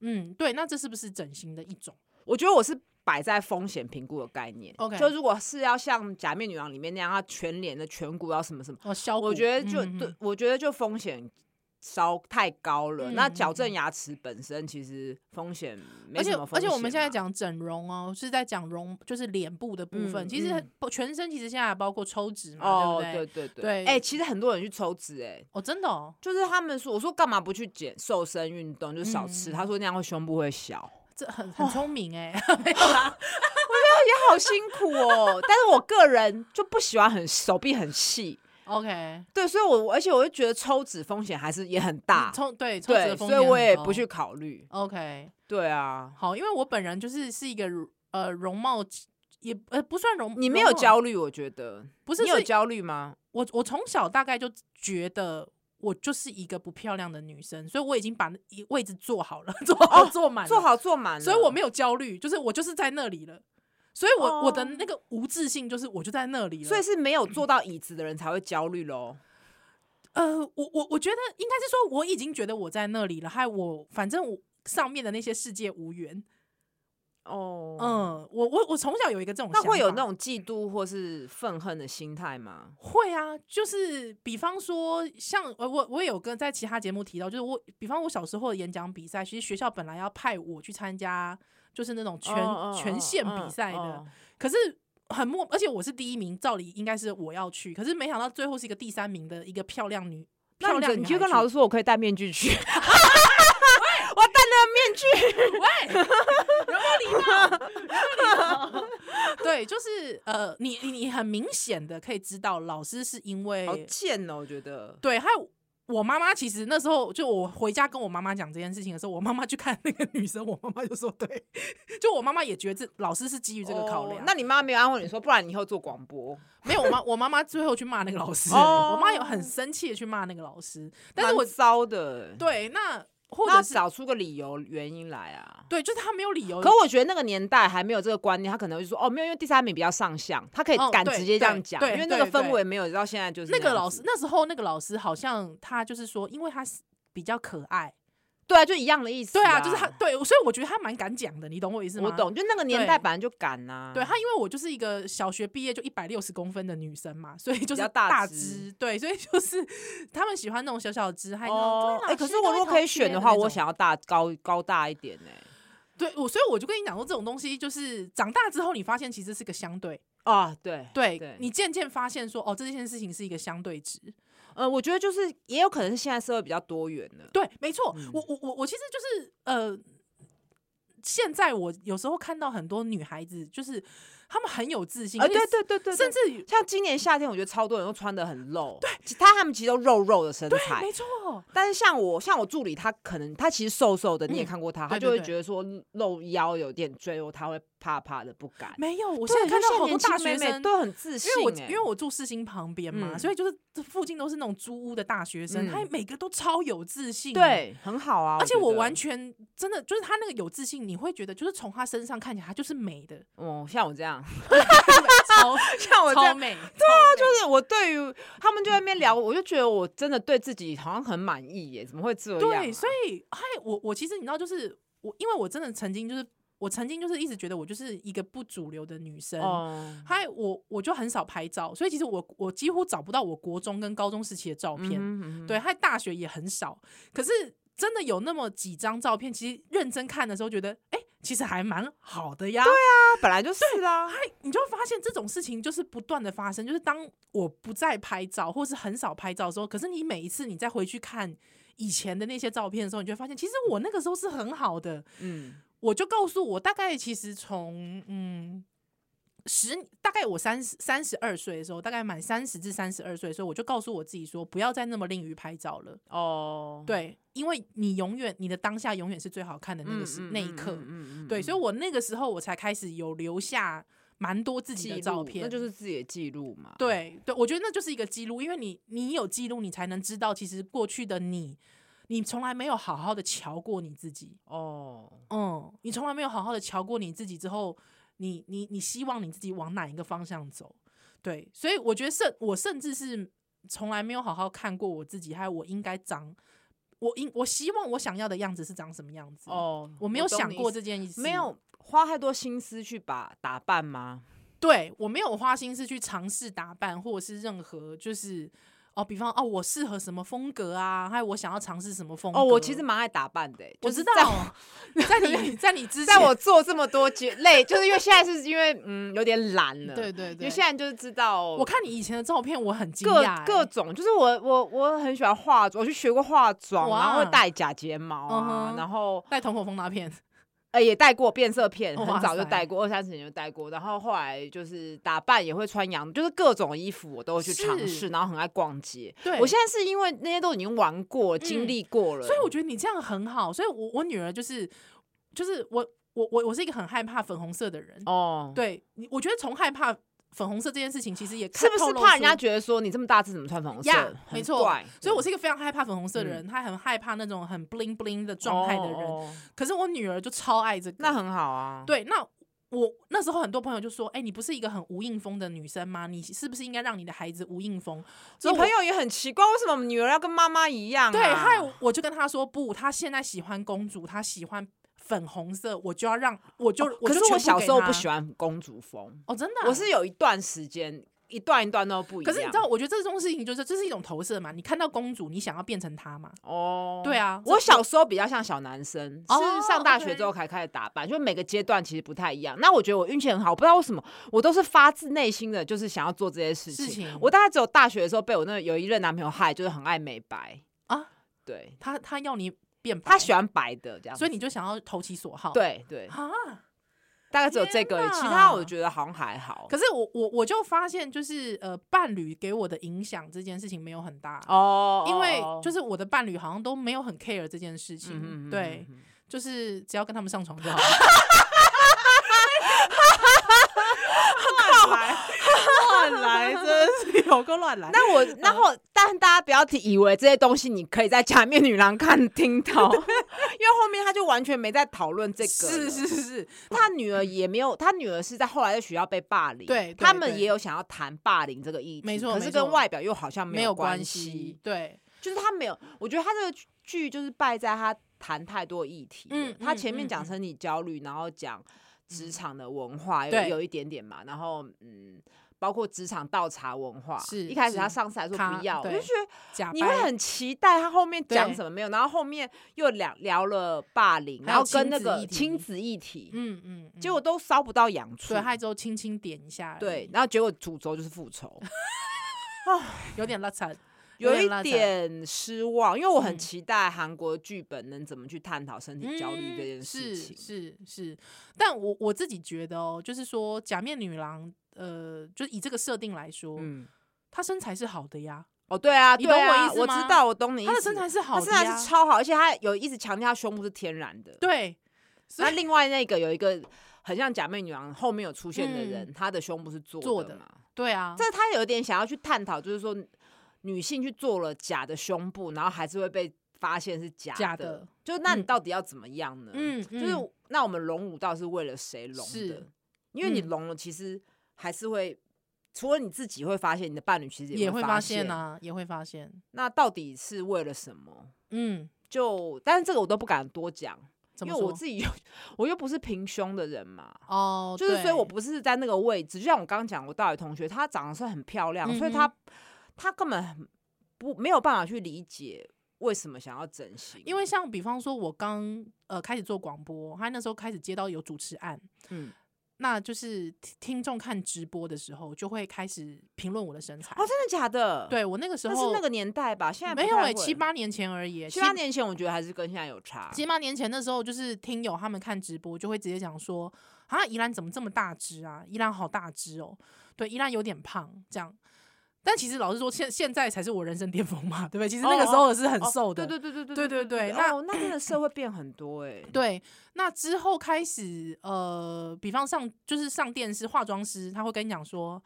[SPEAKER 1] 嗯，对，那这是不是整形的一种？
[SPEAKER 2] 我觉得我是摆在风险评估的概念。
[SPEAKER 1] OK
[SPEAKER 2] 就如果是要像《假面女郎》里面那样，它全脸的颧骨要什么什么，
[SPEAKER 1] 哦，削骨，
[SPEAKER 2] 我觉得就、
[SPEAKER 1] 嗯
[SPEAKER 2] 对
[SPEAKER 1] 嗯，
[SPEAKER 2] 我觉得就风险稍太高了。那
[SPEAKER 1] 嗯
[SPEAKER 2] 矫
[SPEAKER 1] 嗯
[SPEAKER 2] 正
[SPEAKER 1] 嗯
[SPEAKER 2] 牙齿本身其实风险没
[SPEAKER 1] 而且
[SPEAKER 2] 什么
[SPEAKER 1] 而
[SPEAKER 2] 风险啊
[SPEAKER 1] 且我们现在
[SPEAKER 2] 嘛
[SPEAKER 1] 讲整容哦，是在讲容，就是脸部的部分。
[SPEAKER 2] 嗯
[SPEAKER 1] 其实
[SPEAKER 2] 嗯
[SPEAKER 1] 不全身其实现在还包括抽脂嘛，
[SPEAKER 2] 哦，
[SPEAKER 1] 对不
[SPEAKER 2] 对
[SPEAKER 1] 对？
[SPEAKER 2] 对
[SPEAKER 1] 对
[SPEAKER 2] 对，哎、其实很多人去抽脂、哎。
[SPEAKER 1] 哦，真的哦，
[SPEAKER 2] 就是他们说，我说干嘛不去减瘦身运动，就少吃。
[SPEAKER 1] 嗯
[SPEAKER 2] 他说那样会胸部会小，
[SPEAKER 1] 这很很聪明哎、
[SPEAKER 2] 也哎好辛苦哦。 但是我个人就不喜欢很手臂很细，
[SPEAKER 1] OK，
[SPEAKER 2] 对，所以我我而且我就觉得抽脂风险还是也很大，
[SPEAKER 1] 嗯抽对抽脂
[SPEAKER 2] 啊对，
[SPEAKER 1] 的风
[SPEAKER 2] 所
[SPEAKER 1] 险
[SPEAKER 2] 以我也
[SPEAKER 1] 很
[SPEAKER 2] 不
[SPEAKER 1] 高
[SPEAKER 2] 去考虑。
[SPEAKER 1] OK。
[SPEAKER 2] 对啊，
[SPEAKER 1] 好，因为我本人就是是一个呃容貌也呃不算容，
[SPEAKER 2] 你没
[SPEAKER 1] 容
[SPEAKER 2] 有
[SPEAKER 1] 貌
[SPEAKER 2] 焦虑，我觉得
[SPEAKER 1] 不是
[SPEAKER 2] 你有
[SPEAKER 1] 是
[SPEAKER 2] 焦虑吗？
[SPEAKER 1] 我我从小大概就觉得。我就是一个不漂亮的女生，所以我已经把那一位置坐好了， 坐好坐满了，
[SPEAKER 2] 做哦好做满了，
[SPEAKER 1] 所以我没有焦虑，就是我就是在那里了，所以我、
[SPEAKER 2] 哦
[SPEAKER 1] 我的那个无自信就是我就在那里了。嗯
[SPEAKER 2] 所以是没有坐到椅子的人才会焦虑 喽。
[SPEAKER 1] 呃，我我我觉得应该是说我已经觉得我在那里了，还有我反正我上面的那些世界无缘。
[SPEAKER 2] 哦，
[SPEAKER 1] 嗯，，我我我从小有一个这种
[SPEAKER 2] 那
[SPEAKER 1] 想法，
[SPEAKER 2] 会有那种嫉妒或是愤恨的心态吗？
[SPEAKER 1] 会啊，就是比方说像呃我我有跟在其他节目提到，就是我比方我小时候的演讲比赛，其实学校本来要派我去参加，就是那种全、
[SPEAKER 2] 哦哦
[SPEAKER 1] 全
[SPEAKER 2] 哦
[SPEAKER 1] 县
[SPEAKER 2] 哦
[SPEAKER 1] 比赛的，
[SPEAKER 2] 哦
[SPEAKER 1] 可是很莫，而且我是第一名，照理应该是我要去，可是没想到最后是一个第三名的一个漂亮女，
[SPEAKER 2] 那
[SPEAKER 1] 漂
[SPEAKER 2] 你
[SPEAKER 1] 亮
[SPEAKER 2] 就
[SPEAKER 1] 女
[SPEAKER 2] 你
[SPEAKER 1] 孩
[SPEAKER 2] 就跟
[SPEAKER 1] 去
[SPEAKER 2] 老师说，我可以戴面具 去。 我戴那
[SPEAKER 1] 喂，
[SPEAKER 2] 个面具，
[SPEAKER 1] 有没有礼貌？有 没有礼貌？对，就是呃，你你你很明显的可以知道，老师是因
[SPEAKER 2] 好
[SPEAKER 1] 为
[SPEAKER 2] 贱哦！我觉得
[SPEAKER 1] 对，还有。我妈妈其实那时候就我回家跟我妈妈讲这件事情的时候，我妈妈去看那个女生，我妈妈就说对， 就我妈妈也觉得这老师是基于这个考量。
[SPEAKER 2] 哦那你妈没有安慰你说，不然你以后做广播，
[SPEAKER 1] 没有，我妈我妈妈最后去骂那个老师，
[SPEAKER 2] 哦
[SPEAKER 1] 我妈有很生气的去骂那个老师，但是
[SPEAKER 2] 蛮
[SPEAKER 1] 我
[SPEAKER 2] 糟的，
[SPEAKER 1] 对欸那或者
[SPEAKER 2] 那
[SPEAKER 1] 是
[SPEAKER 2] 找出个理由原因来啊。
[SPEAKER 1] 对，就是他没有理由，
[SPEAKER 2] 可我觉得那个年代还没有这个观念，他可能会说哦，没有，因为第三名比较上相，他可以
[SPEAKER 1] 哦
[SPEAKER 2] 敢
[SPEAKER 1] 对
[SPEAKER 2] 直接这样
[SPEAKER 1] 对
[SPEAKER 2] 讲，
[SPEAKER 1] 对
[SPEAKER 2] 因为那个
[SPEAKER 1] 对
[SPEAKER 2] 氛
[SPEAKER 1] 对
[SPEAKER 2] 围没有到现在就是
[SPEAKER 1] 那个
[SPEAKER 2] 样
[SPEAKER 1] 老
[SPEAKER 2] 子
[SPEAKER 1] 师那时候那个老师好像他就是说，因为他是比较可爱，
[SPEAKER 2] 对啊，就一样的意思、
[SPEAKER 1] 对啊，就是他对，所以我觉得他蛮敢讲的，你懂我意思吗？
[SPEAKER 2] 我。懂，就那个年代
[SPEAKER 1] 对
[SPEAKER 2] 本来就敢呐、
[SPEAKER 1] 对他，因为我就是一个小学毕业就一百六十公分的女生嘛，所以就是
[SPEAKER 2] 较大只
[SPEAKER 1] 只，对，所以就是他们喜欢那种小小只，还有那种
[SPEAKER 2] 哦，
[SPEAKER 1] 对
[SPEAKER 2] 哎、
[SPEAKER 1] 老
[SPEAKER 2] 可
[SPEAKER 1] 师
[SPEAKER 2] 是我
[SPEAKER 1] 都会
[SPEAKER 2] 如果
[SPEAKER 1] 讨
[SPEAKER 2] 可以选
[SPEAKER 1] 厌
[SPEAKER 2] 的
[SPEAKER 1] 那
[SPEAKER 2] 话，我
[SPEAKER 1] 种
[SPEAKER 2] 想要大高高大一点呢、欸
[SPEAKER 1] 对我，所以我就跟你讲说，这种东西就是长大之后，你发现其实是个相对，
[SPEAKER 2] 啊，对，
[SPEAKER 1] 哦对
[SPEAKER 2] 对
[SPEAKER 1] 你渐渐发现说，哦，这件事情是一个相对值。
[SPEAKER 2] 呃，我觉得就是也有可能是现在社会比较多元了。
[SPEAKER 1] 对，没错，
[SPEAKER 2] 嗯
[SPEAKER 1] 我我我我其实就是呃，现在我有时候看到很多女孩子，就是她们很有自信，
[SPEAKER 2] 啊，
[SPEAKER 1] 而且
[SPEAKER 2] 对对对对，
[SPEAKER 1] 甚
[SPEAKER 2] 对
[SPEAKER 1] 至
[SPEAKER 2] 像今年夏天，我觉得超多人都穿的很露，对，他他们其实都肉肉的身材
[SPEAKER 1] 没，错，
[SPEAKER 2] 但是像我像我助理，他可能他其实瘦瘦的，你也
[SPEAKER 1] 嗯
[SPEAKER 2] 看过他，
[SPEAKER 1] 对
[SPEAKER 2] 他
[SPEAKER 1] 对
[SPEAKER 2] 就会
[SPEAKER 1] 对
[SPEAKER 2] 觉得说露腰有点赘肉，他会怕怕的不敢。
[SPEAKER 1] 没有，我
[SPEAKER 2] 我
[SPEAKER 1] 现在看到好多大学
[SPEAKER 2] 妹妹
[SPEAKER 1] 生。
[SPEAKER 2] 都很自
[SPEAKER 1] 因
[SPEAKER 2] 信、欸，
[SPEAKER 1] 为我因为我住世新旁边嘛，
[SPEAKER 2] 嗯
[SPEAKER 1] 所以就是这附近都是那种租屋的大学生，
[SPEAKER 2] 嗯
[SPEAKER 1] 他每个都超有自信，，
[SPEAKER 2] 对很好啊，
[SPEAKER 1] 而且
[SPEAKER 2] 我
[SPEAKER 1] 我
[SPEAKER 2] 觉得
[SPEAKER 1] 完全真的就是他那个有自信，你会觉得就是从他身上看起来他就是美 的，
[SPEAKER 2] 哦，像我这 样，
[SPEAKER 1] 超
[SPEAKER 2] 像 我这
[SPEAKER 1] 超
[SPEAKER 2] 样，
[SPEAKER 1] 美，对啊，就
[SPEAKER 2] 就是我对于他们就在那边聊，我就觉得我真的对自己好像很满意耶，怎么会这样啊、
[SPEAKER 1] 对，所以嗨，我我其实你知道，就是我，因为我真的曾经就是我曾经就是一直觉得我就是一个不主流的女生。
[SPEAKER 2] 哦，
[SPEAKER 1] 嗨，我我就很少拍照，所以其实我我几乎找不到我国中跟高中时期的照片，
[SPEAKER 2] 嗯哼嗯哼
[SPEAKER 1] 对，还大学也很少。可是真的有那么几张照片，其实认真看的时候觉得，哎、其实还蛮好的呀。对啊，
[SPEAKER 2] 他本来就是啦、啊，
[SPEAKER 1] 你就会发现这种事情就是不断的发生，就是当我不再拍照或是很少拍照的时候，可是你每一次你再回去看以前的那些照片的时候，你就会发现，其实我那个时候是很好的。
[SPEAKER 2] 嗯，
[SPEAKER 1] 我就告诉我，大概其实从嗯十，大概我三十三十二岁的时候，大概满三十至三十二岁的时候，我就告诉我自己说，不要再那么吝于拍照了。
[SPEAKER 2] 哦，
[SPEAKER 1] 对，因为你永远你的当下永远是最好看的
[SPEAKER 2] 嗯，
[SPEAKER 1] 那个时、
[SPEAKER 2] 嗯
[SPEAKER 1] 那一刻。
[SPEAKER 2] 嗯嗯嗯
[SPEAKER 1] 对，所以
[SPEAKER 2] 以
[SPEAKER 1] 我那个时候我才开始有留下蛮多自己的
[SPEAKER 2] 嗯记
[SPEAKER 1] 照
[SPEAKER 2] 录
[SPEAKER 1] 片，
[SPEAKER 2] 那就是自己的记录嘛，
[SPEAKER 1] 对对，我觉得那就是一个记录，因为你你有记录，你才能知道其实过去的你，你从来没有好好的瞧过你自己，
[SPEAKER 2] 哦，
[SPEAKER 1] 嗯，你从来没有好好的瞧过你自己之后，你你你希望你自己往哪一个方向走？对，所以我觉得甚我甚至是从来没有好好看过我自己，还有我应该长，我应我希望我想要的样子是长什么样子。
[SPEAKER 2] 哦，
[SPEAKER 1] 我没有
[SPEAKER 2] 懂
[SPEAKER 1] 想
[SPEAKER 2] 你
[SPEAKER 1] 过
[SPEAKER 2] 意思，
[SPEAKER 1] 这件事，
[SPEAKER 2] 没有。花太多心思去把打扮吗？
[SPEAKER 1] 对我没有花心思去尝试打扮，或者是任何就是哦，比方哦，我适合什么风格啊，还有我想要尝试什么风格。
[SPEAKER 2] 哦，我其实蛮爱打扮的欸、
[SPEAKER 1] 我
[SPEAKER 2] 就
[SPEAKER 1] 知
[SPEAKER 2] 是
[SPEAKER 1] 道
[SPEAKER 2] 在，
[SPEAKER 1] 在你在你之前，
[SPEAKER 2] 在我做这么多节累，就是因为现在是因为嗯有点懒 了，
[SPEAKER 1] 对对
[SPEAKER 2] 因
[SPEAKER 1] 对，
[SPEAKER 2] 为现在就是知道
[SPEAKER 1] 我看你以前的照片，我很惊
[SPEAKER 2] 各
[SPEAKER 1] 讶欸、
[SPEAKER 2] 各种，就是我我我很喜欢化妆，我去学过化妆，
[SPEAKER 1] 哇
[SPEAKER 2] 然后会戴假睫毛
[SPEAKER 1] 嗯
[SPEAKER 2] 啊，
[SPEAKER 1] 哼
[SPEAKER 2] 然后
[SPEAKER 1] 戴瞳孔封大片，
[SPEAKER 2] 呃也戴过变色片，
[SPEAKER 1] 哇
[SPEAKER 2] 很早就
[SPEAKER 1] 塞
[SPEAKER 2] 戴过，二三十年就戴过，然后后来就是打扮也会穿洋，就是各种衣服我都会去尝
[SPEAKER 1] 是
[SPEAKER 2] 试，然后很爱逛街。
[SPEAKER 1] 对嗯
[SPEAKER 2] 我现在是因为那些都已经玩过、经历过了，
[SPEAKER 1] 所以我觉得你这样很好。所以我我女儿就是就是我我我我是一个很害怕粉红色的人。
[SPEAKER 2] 哦，
[SPEAKER 1] 对，你我觉得从害怕粉红色这件事情，其实也看
[SPEAKER 2] 是不
[SPEAKER 1] 透
[SPEAKER 2] 是
[SPEAKER 1] 露
[SPEAKER 2] 怕人
[SPEAKER 1] 出
[SPEAKER 2] 家觉得说你这么大字怎么穿粉红色
[SPEAKER 1] 呀？
[SPEAKER 2] 很
[SPEAKER 1] 没错
[SPEAKER 2] 怪
[SPEAKER 1] 所以我是一个非常害怕粉红色的人，她很害怕那种很 bling bling 的状态的人。
[SPEAKER 2] 嗯哦哦
[SPEAKER 1] 可是我女儿就超爱这个，
[SPEAKER 2] 那很好啊。
[SPEAKER 1] 对，那我那时候很多朋友就说：“哎、你不是一个很无印风的女生吗？你是不是应该让你的孩子无印风？”所
[SPEAKER 2] 你
[SPEAKER 1] 以我
[SPEAKER 2] 朋友也很奇怪，为什么女儿要跟妈妈一样、啊？
[SPEAKER 1] 对，还有我就跟她说：“不，她现在喜欢公主，她喜欢粉红色，我就要让我就、我
[SPEAKER 2] 哦
[SPEAKER 1] 就
[SPEAKER 2] 可
[SPEAKER 1] 是全
[SPEAKER 2] 我
[SPEAKER 1] 部
[SPEAKER 2] 小
[SPEAKER 1] 给
[SPEAKER 2] 时候
[SPEAKER 1] 她
[SPEAKER 2] 不喜欢公主风，
[SPEAKER 1] 哦，真的啊、
[SPEAKER 2] 我是有一段时间一段一段都不一
[SPEAKER 1] 可
[SPEAKER 2] 样。
[SPEAKER 1] 是你知道，我觉得这种事情就是这是一种投射嘛，你看到公主，你想要变成她嘛？
[SPEAKER 2] 哦，
[SPEAKER 1] 对啊，
[SPEAKER 2] 我小时候比较像小男生，
[SPEAKER 1] 哦
[SPEAKER 2] 是上大学之后才开始打扮，就每个阶段其实不太一样。那我觉得我运气很好，我不知道为什么，我都是发自内心的，就是想要做这些事情。
[SPEAKER 1] 事情
[SPEAKER 2] 我大概只有大学的时候被我那有一任男朋友害，就是很爱美白
[SPEAKER 1] 啊，
[SPEAKER 2] 对
[SPEAKER 1] 她她要你变白，
[SPEAKER 2] 他喜欢白的这样子，
[SPEAKER 1] 所以你就想要投其所好。
[SPEAKER 2] 对对，
[SPEAKER 1] 啊，
[SPEAKER 2] 大概只有这个而已，
[SPEAKER 1] 天
[SPEAKER 2] 其
[SPEAKER 1] 哪
[SPEAKER 2] 他我觉得好像还好。
[SPEAKER 1] 可是我我我就发现，就是呃，伴侣给我的影响这件事情没有很大，
[SPEAKER 2] 哦，嗯
[SPEAKER 1] 因为就是是我的伴侣好像都没有很 care 这件事情，对， 就是只要跟他们上床就好了。
[SPEAKER 2] 乱来乱来，真的
[SPEAKER 1] 是有个乱来那
[SPEAKER 2] 那我然后，但大家不要提以为这些东西你可以在假面女郎看听到， 因为后面他就完全没在讨论这个了。
[SPEAKER 1] 是是是，
[SPEAKER 2] 他女儿也没有，他女儿是在后来在学校被霸凌，
[SPEAKER 1] 对对
[SPEAKER 2] 他们
[SPEAKER 1] 对
[SPEAKER 2] 也有想要谈霸凌这个议题，
[SPEAKER 1] 没错
[SPEAKER 2] 可
[SPEAKER 1] 没
[SPEAKER 2] 是
[SPEAKER 1] 错
[SPEAKER 2] 跟外表又好像
[SPEAKER 1] 没
[SPEAKER 2] 有
[SPEAKER 1] 有关
[SPEAKER 2] 系
[SPEAKER 1] 系，，对，
[SPEAKER 2] 就是他没有，我觉得他这个剧就是败在他谈太多议题了，
[SPEAKER 1] 嗯
[SPEAKER 2] 他
[SPEAKER 1] 嗯
[SPEAKER 2] 前面
[SPEAKER 1] 嗯
[SPEAKER 2] 讲
[SPEAKER 1] 嗯
[SPEAKER 2] 生理焦虑，然后讲职场的文化，有
[SPEAKER 1] 对
[SPEAKER 2] 有一点点嘛，然后嗯。包括职场倒茶文化，
[SPEAKER 1] 是
[SPEAKER 2] 一开始
[SPEAKER 1] 是
[SPEAKER 2] 他上次还说
[SPEAKER 1] 他
[SPEAKER 2] 不要，我就
[SPEAKER 1] 对
[SPEAKER 2] 觉得
[SPEAKER 1] 假
[SPEAKER 2] 你
[SPEAKER 1] 掰
[SPEAKER 2] 会很期待他后面讲
[SPEAKER 1] 对
[SPEAKER 2] 什么没有，然后后面又聊聊了霸凌，
[SPEAKER 1] 还
[SPEAKER 2] 然
[SPEAKER 1] 有
[SPEAKER 2] 后跟
[SPEAKER 1] 亲
[SPEAKER 2] 那
[SPEAKER 1] 子
[SPEAKER 2] 个
[SPEAKER 1] 议题
[SPEAKER 2] 亲子议题，
[SPEAKER 1] 嗯嗯嗯，
[SPEAKER 2] 结果都烧不到痒处
[SPEAKER 1] 对，，害之后轻轻点一下而已，
[SPEAKER 2] 对，然后结果主轴就是复仇，
[SPEAKER 1] 有点拉惨，
[SPEAKER 2] 有
[SPEAKER 1] 点
[SPEAKER 2] 一
[SPEAKER 1] 拉扯
[SPEAKER 2] 点失望，因为我很
[SPEAKER 1] 嗯
[SPEAKER 2] 期待韩国剧本能怎么去探讨身体 焦虑这件事情
[SPEAKER 1] 嗯、。是是是，但我我自己觉得哦，就是说假面女郎，呃，就以这个设定来说，
[SPEAKER 2] 嗯，
[SPEAKER 1] 她身材是好的呀，
[SPEAKER 2] 哦，对啊，
[SPEAKER 1] 你
[SPEAKER 2] 对
[SPEAKER 1] 懂我
[SPEAKER 2] 啊
[SPEAKER 1] 意思
[SPEAKER 2] 我
[SPEAKER 1] 吗
[SPEAKER 2] 知道，我懂你意思。
[SPEAKER 1] 她的身，材是好
[SPEAKER 2] 她
[SPEAKER 1] 的
[SPEAKER 2] 身
[SPEAKER 1] 呀，
[SPEAKER 2] 材是超好，而且她有一直强调她胸部是天然的。
[SPEAKER 1] 对，所
[SPEAKER 2] 那
[SPEAKER 1] 以
[SPEAKER 2] 另外那个有一个很像假面女郎后面有出现的人，她的胸部是做
[SPEAKER 1] 嗯做
[SPEAKER 2] 的
[SPEAKER 1] 的
[SPEAKER 2] 嘛？
[SPEAKER 1] 对啊，
[SPEAKER 2] 这她有点想要去探讨，就是说女性去做了假的胸部，然后还是会被发现是假
[SPEAKER 1] 假
[SPEAKER 2] 的
[SPEAKER 1] 的。
[SPEAKER 2] 就那你
[SPEAKER 1] 嗯
[SPEAKER 2] 到底要怎么样呢？
[SPEAKER 1] 嗯，
[SPEAKER 2] 就
[SPEAKER 1] 嗯
[SPEAKER 2] 是那我们隆乳到底是为了谁隆的
[SPEAKER 1] 是？
[SPEAKER 2] 因为你
[SPEAKER 1] 嗯
[SPEAKER 2] 隆了，其实还是会，除了你自己会发现，你的伴侣其实
[SPEAKER 1] 也
[SPEAKER 2] 会
[SPEAKER 1] 会发
[SPEAKER 2] 现
[SPEAKER 1] 现。啊，也会发现，
[SPEAKER 2] 那到底是为了什么？
[SPEAKER 1] 嗯，
[SPEAKER 2] 就但是这个我都不敢多讲，
[SPEAKER 1] 怎
[SPEAKER 2] 因
[SPEAKER 1] 么
[SPEAKER 2] 为我
[SPEAKER 1] 说？
[SPEAKER 2] 自己又我又不是平胸的人嘛。
[SPEAKER 1] 哦，
[SPEAKER 2] 就是，所以我
[SPEAKER 1] 对
[SPEAKER 2] 不是在那个位置，就像我刚刚讲，我大学同学，她长得是很漂亮，所以
[SPEAKER 1] 嗯哼
[SPEAKER 2] 她她根本很不没有办法去理解为什么想要整形，
[SPEAKER 1] 因为像比方说，我刚呃开始做广播，他那时候开始接到有主持案，啊
[SPEAKER 2] 嗯，
[SPEAKER 1] 那就是听听众看直播的时候，就会开始评论我的身材。
[SPEAKER 2] 哦，真的假的？，
[SPEAKER 1] 对我那个时
[SPEAKER 2] 那
[SPEAKER 1] 候
[SPEAKER 2] 是那个年代吧，现在不
[SPEAKER 1] 没有
[SPEAKER 2] 太
[SPEAKER 1] 哎、
[SPEAKER 2] 会
[SPEAKER 1] 七八年前而已欸、
[SPEAKER 2] 七八年前，我觉得还是跟现在有差。
[SPEAKER 1] 七八年前那时候，就是听友他们看直播，就会直接讲说：“啊，依兰怎么这么大只啊？依兰好大只哦，对，依兰有点胖这样。”但其实老实说，现现在才是我人生巅峰嘛，对不对？其实那个时候是很
[SPEAKER 2] 哦
[SPEAKER 1] 瘦的，
[SPEAKER 2] 对对对对
[SPEAKER 1] 对对对
[SPEAKER 2] 那那真的社会变很多哎。
[SPEAKER 1] 对，那之后开始，呃，比方上就是上电视，化妆师他会跟你讲说，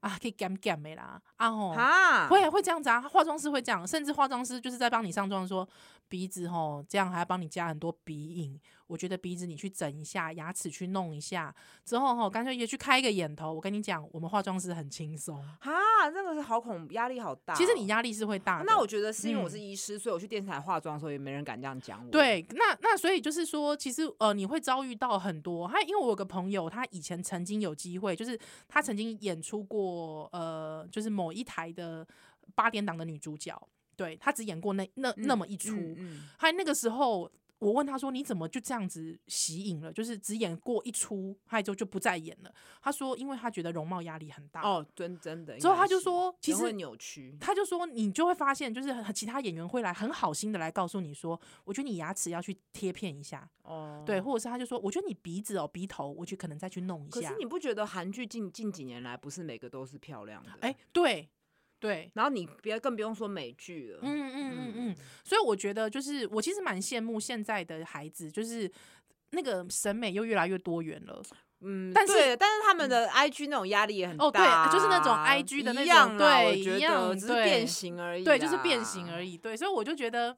[SPEAKER 1] 啊，可以 gam gam 没啦，啊吼，
[SPEAKER 2] 哈，
[SPEAKER 1] 会啊会这样子啊，化妆师会这样，甚至化妆师就是在帮你上妆说鼻子吼，这样还要帮你加很多鼻影，我觉得鼻子你去整一下，牙齿去弄一下，之后吼，干脆也去开一个眼头，我跟你讲，我们化妆师很轻松，
[SPEAKER 2] 哈，啊，这个是好恐，压力好大哦。
[SPEAKER 1] 其实你压力是会大的。
[SPEAKER 2] 那我觉得是因为我
[SPEAKER 1] 嗯
[SPEAKER 2] 是医师，所以我去电视台化妆的时候，也没人敢这样讲我。，嗯
[SPEAKER 1] 对，那那所以就是说，其实呃，你会遭遇到很多。他因为我有个朋友，他以前曾经有机会，就是他曾经演出过呃，就是某一台的八点档的女主角，对他只演过那那那么一出。
[SPEAKER 2] 嗯嗯
[SPEAKER 1] 还那个时候，我问他说：“你怎么就这样子息影了？就是只演过一出，还就就不再演了。”他说：“因为他觉得容貌压力很大。”，
[SPEAKER 2] 哦，真真的。
[SPEAKER 1] 之后他
[SPEAKER 2] 应该
[SPEAKER 1] 就是说：“其
[SPEAKER 2] 人
[SPEAKER 1] 实
[SPEAKER 2] 会扭曲，
[SPEAKER 1] 他就说，你就会发现，就是很其他演员会来很好心的来告诉你说，我觉得你牙齿要去贴片一下，
[SPEAKER 2] 哦，
[SPEAKER 1] 对，。或者是他就说，我觉得你鼻子哦、鼻头，我去可能再去弄一
[SPEAKER 2] 可
[SPEAKER 1] 下
[SPEAKER 2] 是。你不觉得韩剧近近几年来不是每个都是漂亮的？
[SPEAKER 1] 哎、，对，对，
[SPEAKER 2] 然后你别更不用说美剧了。
[SPEAKER 1] 嗯嗯嗯嗯，所以我觉得就是我其实蛮羡慕现在的孩子，就是那个审美又越来越多元了。
[SPEAKER 2] 嗯，
[SPEAKER 1] 但是
[SPEAKER 2] 对但是他们的 IG 那种压力也很大、啊
[SPEAKER 1] 哦对就是那种 IG 的那种
[SPEAKER 2] 一样啦
[SPEAKER 1] 对
[SPEAKER 2] 我觉
[SPEAKER 1] 一样
[SPEAKER 2] 得只是
[SPEAKER 1] 对
[SPEAKER 2] 变形而已，
[SPEAKER 1] 对，就是变形而
[SPEAKER 2] 已。
[SPEAKER 1] 已。对，所以我就觉得，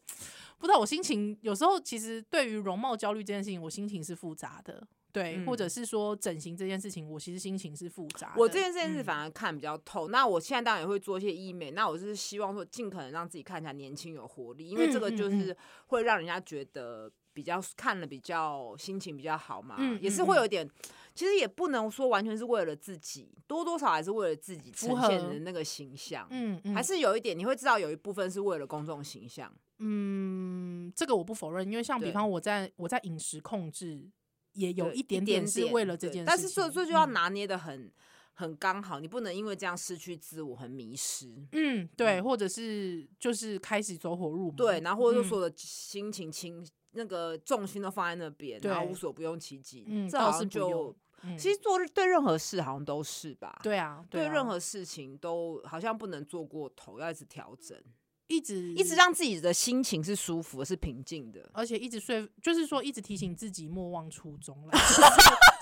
[SPEAKER 1] 不知道我心情有时候其实对于容貌焦虑这件事情，我心情是复杂的。对，或者
[SPEAKER 2] 嗯
[SPEAKER 1] 是说整形这件事情，我其实心情是复杂的。
[SPEAKER 2] 我这件事
[SPEAKER 1] 嗯
[SPEAKER 2] 情是反而看比较透，那我现在当然也会做一些医美，那我就是希望说尽可能让自己看起来年轻有活力，因为这
[SPEAKER 1] 嗯
[SPEAKER 2] 个
[SPEAKER 1] 嗯
[SPEAKER 2] 就
[SPEAKER 1] 嗯
[SPEAKER 2] 是会让人家觉得比较看了比较心情比较好嘛，
[SPEAKER 1] 嗯
[SPEAKER 2] 也是
[SPEAKER 1] 嗯
[SPEAKER 2] 会
[SPEAKER 1] 嗯
[SPEAKER 2] 有点，其实也不能说完全是为了自己，多多少少还是为了自己
[SPEAKER 1] 符
[SPEAKER 2] 呈现
[SPEAKER 1] 合
[SPEAKER 2] 的那个形象，
[SPEAKER 1] 嗯嗯
[SPEAKER 2] 还是有一点你会知道有一部分是为了公众形象，
[SPEAKER 1] 嗯，这个我不否认，因为像比
[SPEAKER 2] 对
[SPEAKER 1] 方我在我在饮食控制也有
[SPEAKER 2] 对
[SPEAKER 1] 一点
[SPEAKER 2] 点
[SPEAKER 1] 是为了这
[SPEAKER 2] 对
[SPEAKER 1] 件事情，
[SPEAKER 2] 但是这这就要
[SPEAKER 1] 嗯
[SPEAKER 2] 拿捏的很、很刚好，你不能因为这样失去自我，很迷失。
[SPEAKER 1] 嗯对，
[SPEAKER 2] 嗯
[SPEAKER 1] 或者是就是开始走火入魔，
[SPEAKER 2] 对，然后或者
[SPEAKER 1] 嗯
[SPEAKER 2] 说所有的心情轻，那个重心都放在那边，然后
[SPEAKER 1] 对
[SPEAKER 2] 无所不用其极。
[SPEAKER 1] 嗯
[SPEAKER 2] 这
[SPEAKER 1] 倒
[SPEAKER 2] 好
[SPEAKER 1] 是
[SPEAKER 2] 像
[SPEAKER 1] 不用
[SPEAKER 2] 就
[SPEAKER 1] 嗯
[SPEAKER 2] 其实做对任何事好像都是吧。。
[SPEAKER 1] 对啊，
[SPEAKER 2] 对
[SPEAKER 1] 啊
[SPEAKER 2] 任何事情都好像不能做过头，要一直调整，
[SPEAKER 1] 一直
[SPEAKER 2] 一直让自己的心情是舒服的、是平静的。
[SPEAKER 1] 而且一直说，就是说一直提醒自己莫忘初衷啦，就是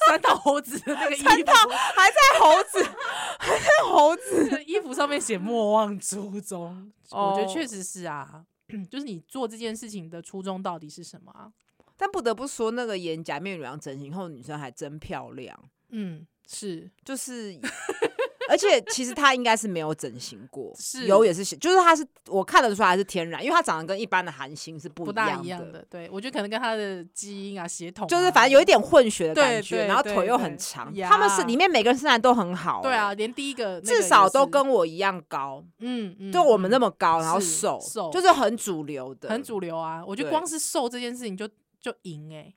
[SPEAKER 1] 三道猴子的那个衣服，
[SPEAKER 2] 还在猴子， 还在猴子。
[SPEAKER 1] 衣服上面写莫忘初衷，我觉得
[SPEAKER 2] 哦
[SPEAKER 1] 确实是啊。就是你做这件事情的初衷到底是什么啊？
[SPEAKER 2] 但不得不说，那个演假面女郎整形后的女生还真漂亮，
[SPEAKER 1] 嗯，是
[SPEAKER 2] 就是。而且其实她应该是没有整形过，
[SPEAKER 1] 是
[SPEAKER 2] 有也是，就是她是我看得出来她是天然，因为她长得跟一般的韩星是不
[SPEAKER 1] 不
[SPEAKER 2] 一
[SPEAKER 1] 大
[SPEAKER 2] 样
[SPEAKER 1] 一
[SPEAKER 2] 的，
[SPEAKER 1] 样的。对我觉得可能跟他的基因啊、血统啊、
[SPEAKER 2] 就是反正有一点混血的
[SPEAKER 1] 对
[SPEAKER 2] 感
[SPEAKER 1] 对
[SPEAKER 2] 觉，然后
[SPEAKER 1] 对
[SPEAKER 2] 腿又
[SPEAKER 1] 对
[SPEAKER 2] 很长。
[SPEAKER 1] 呀
[SPEAKER 2] 他们是里面每个人身材都很好、
[SPEAKER 1] 对啊，
[SPEAKER 2] 欸，
[SPEAKER 1] 连第一个那个
[SPEAKER 2] 至少
[SPEAKER 1] 也
[SPEAKER 2] 都
[SPEAKER 1] 是
[SPEAKER 2] 跟我一样高，
[SPEAKER 1] 嗯嗯，
[SPEAKER 2] 就我
[SPEAKER 1] 嗯
[SPEAKER 2] 们那么高，然后
[SPEAKER 1] 是
[SPEAKER 2] 瘦，
[SPEAKER 1] 瘦
[SPEAKER 2] 就是很主流的，
[SPEAKER 1] 很主流啊。我觉得
[SPEAKER 2] 对
[SPEAKER 1] 光是瘦这件事情就就赢哎、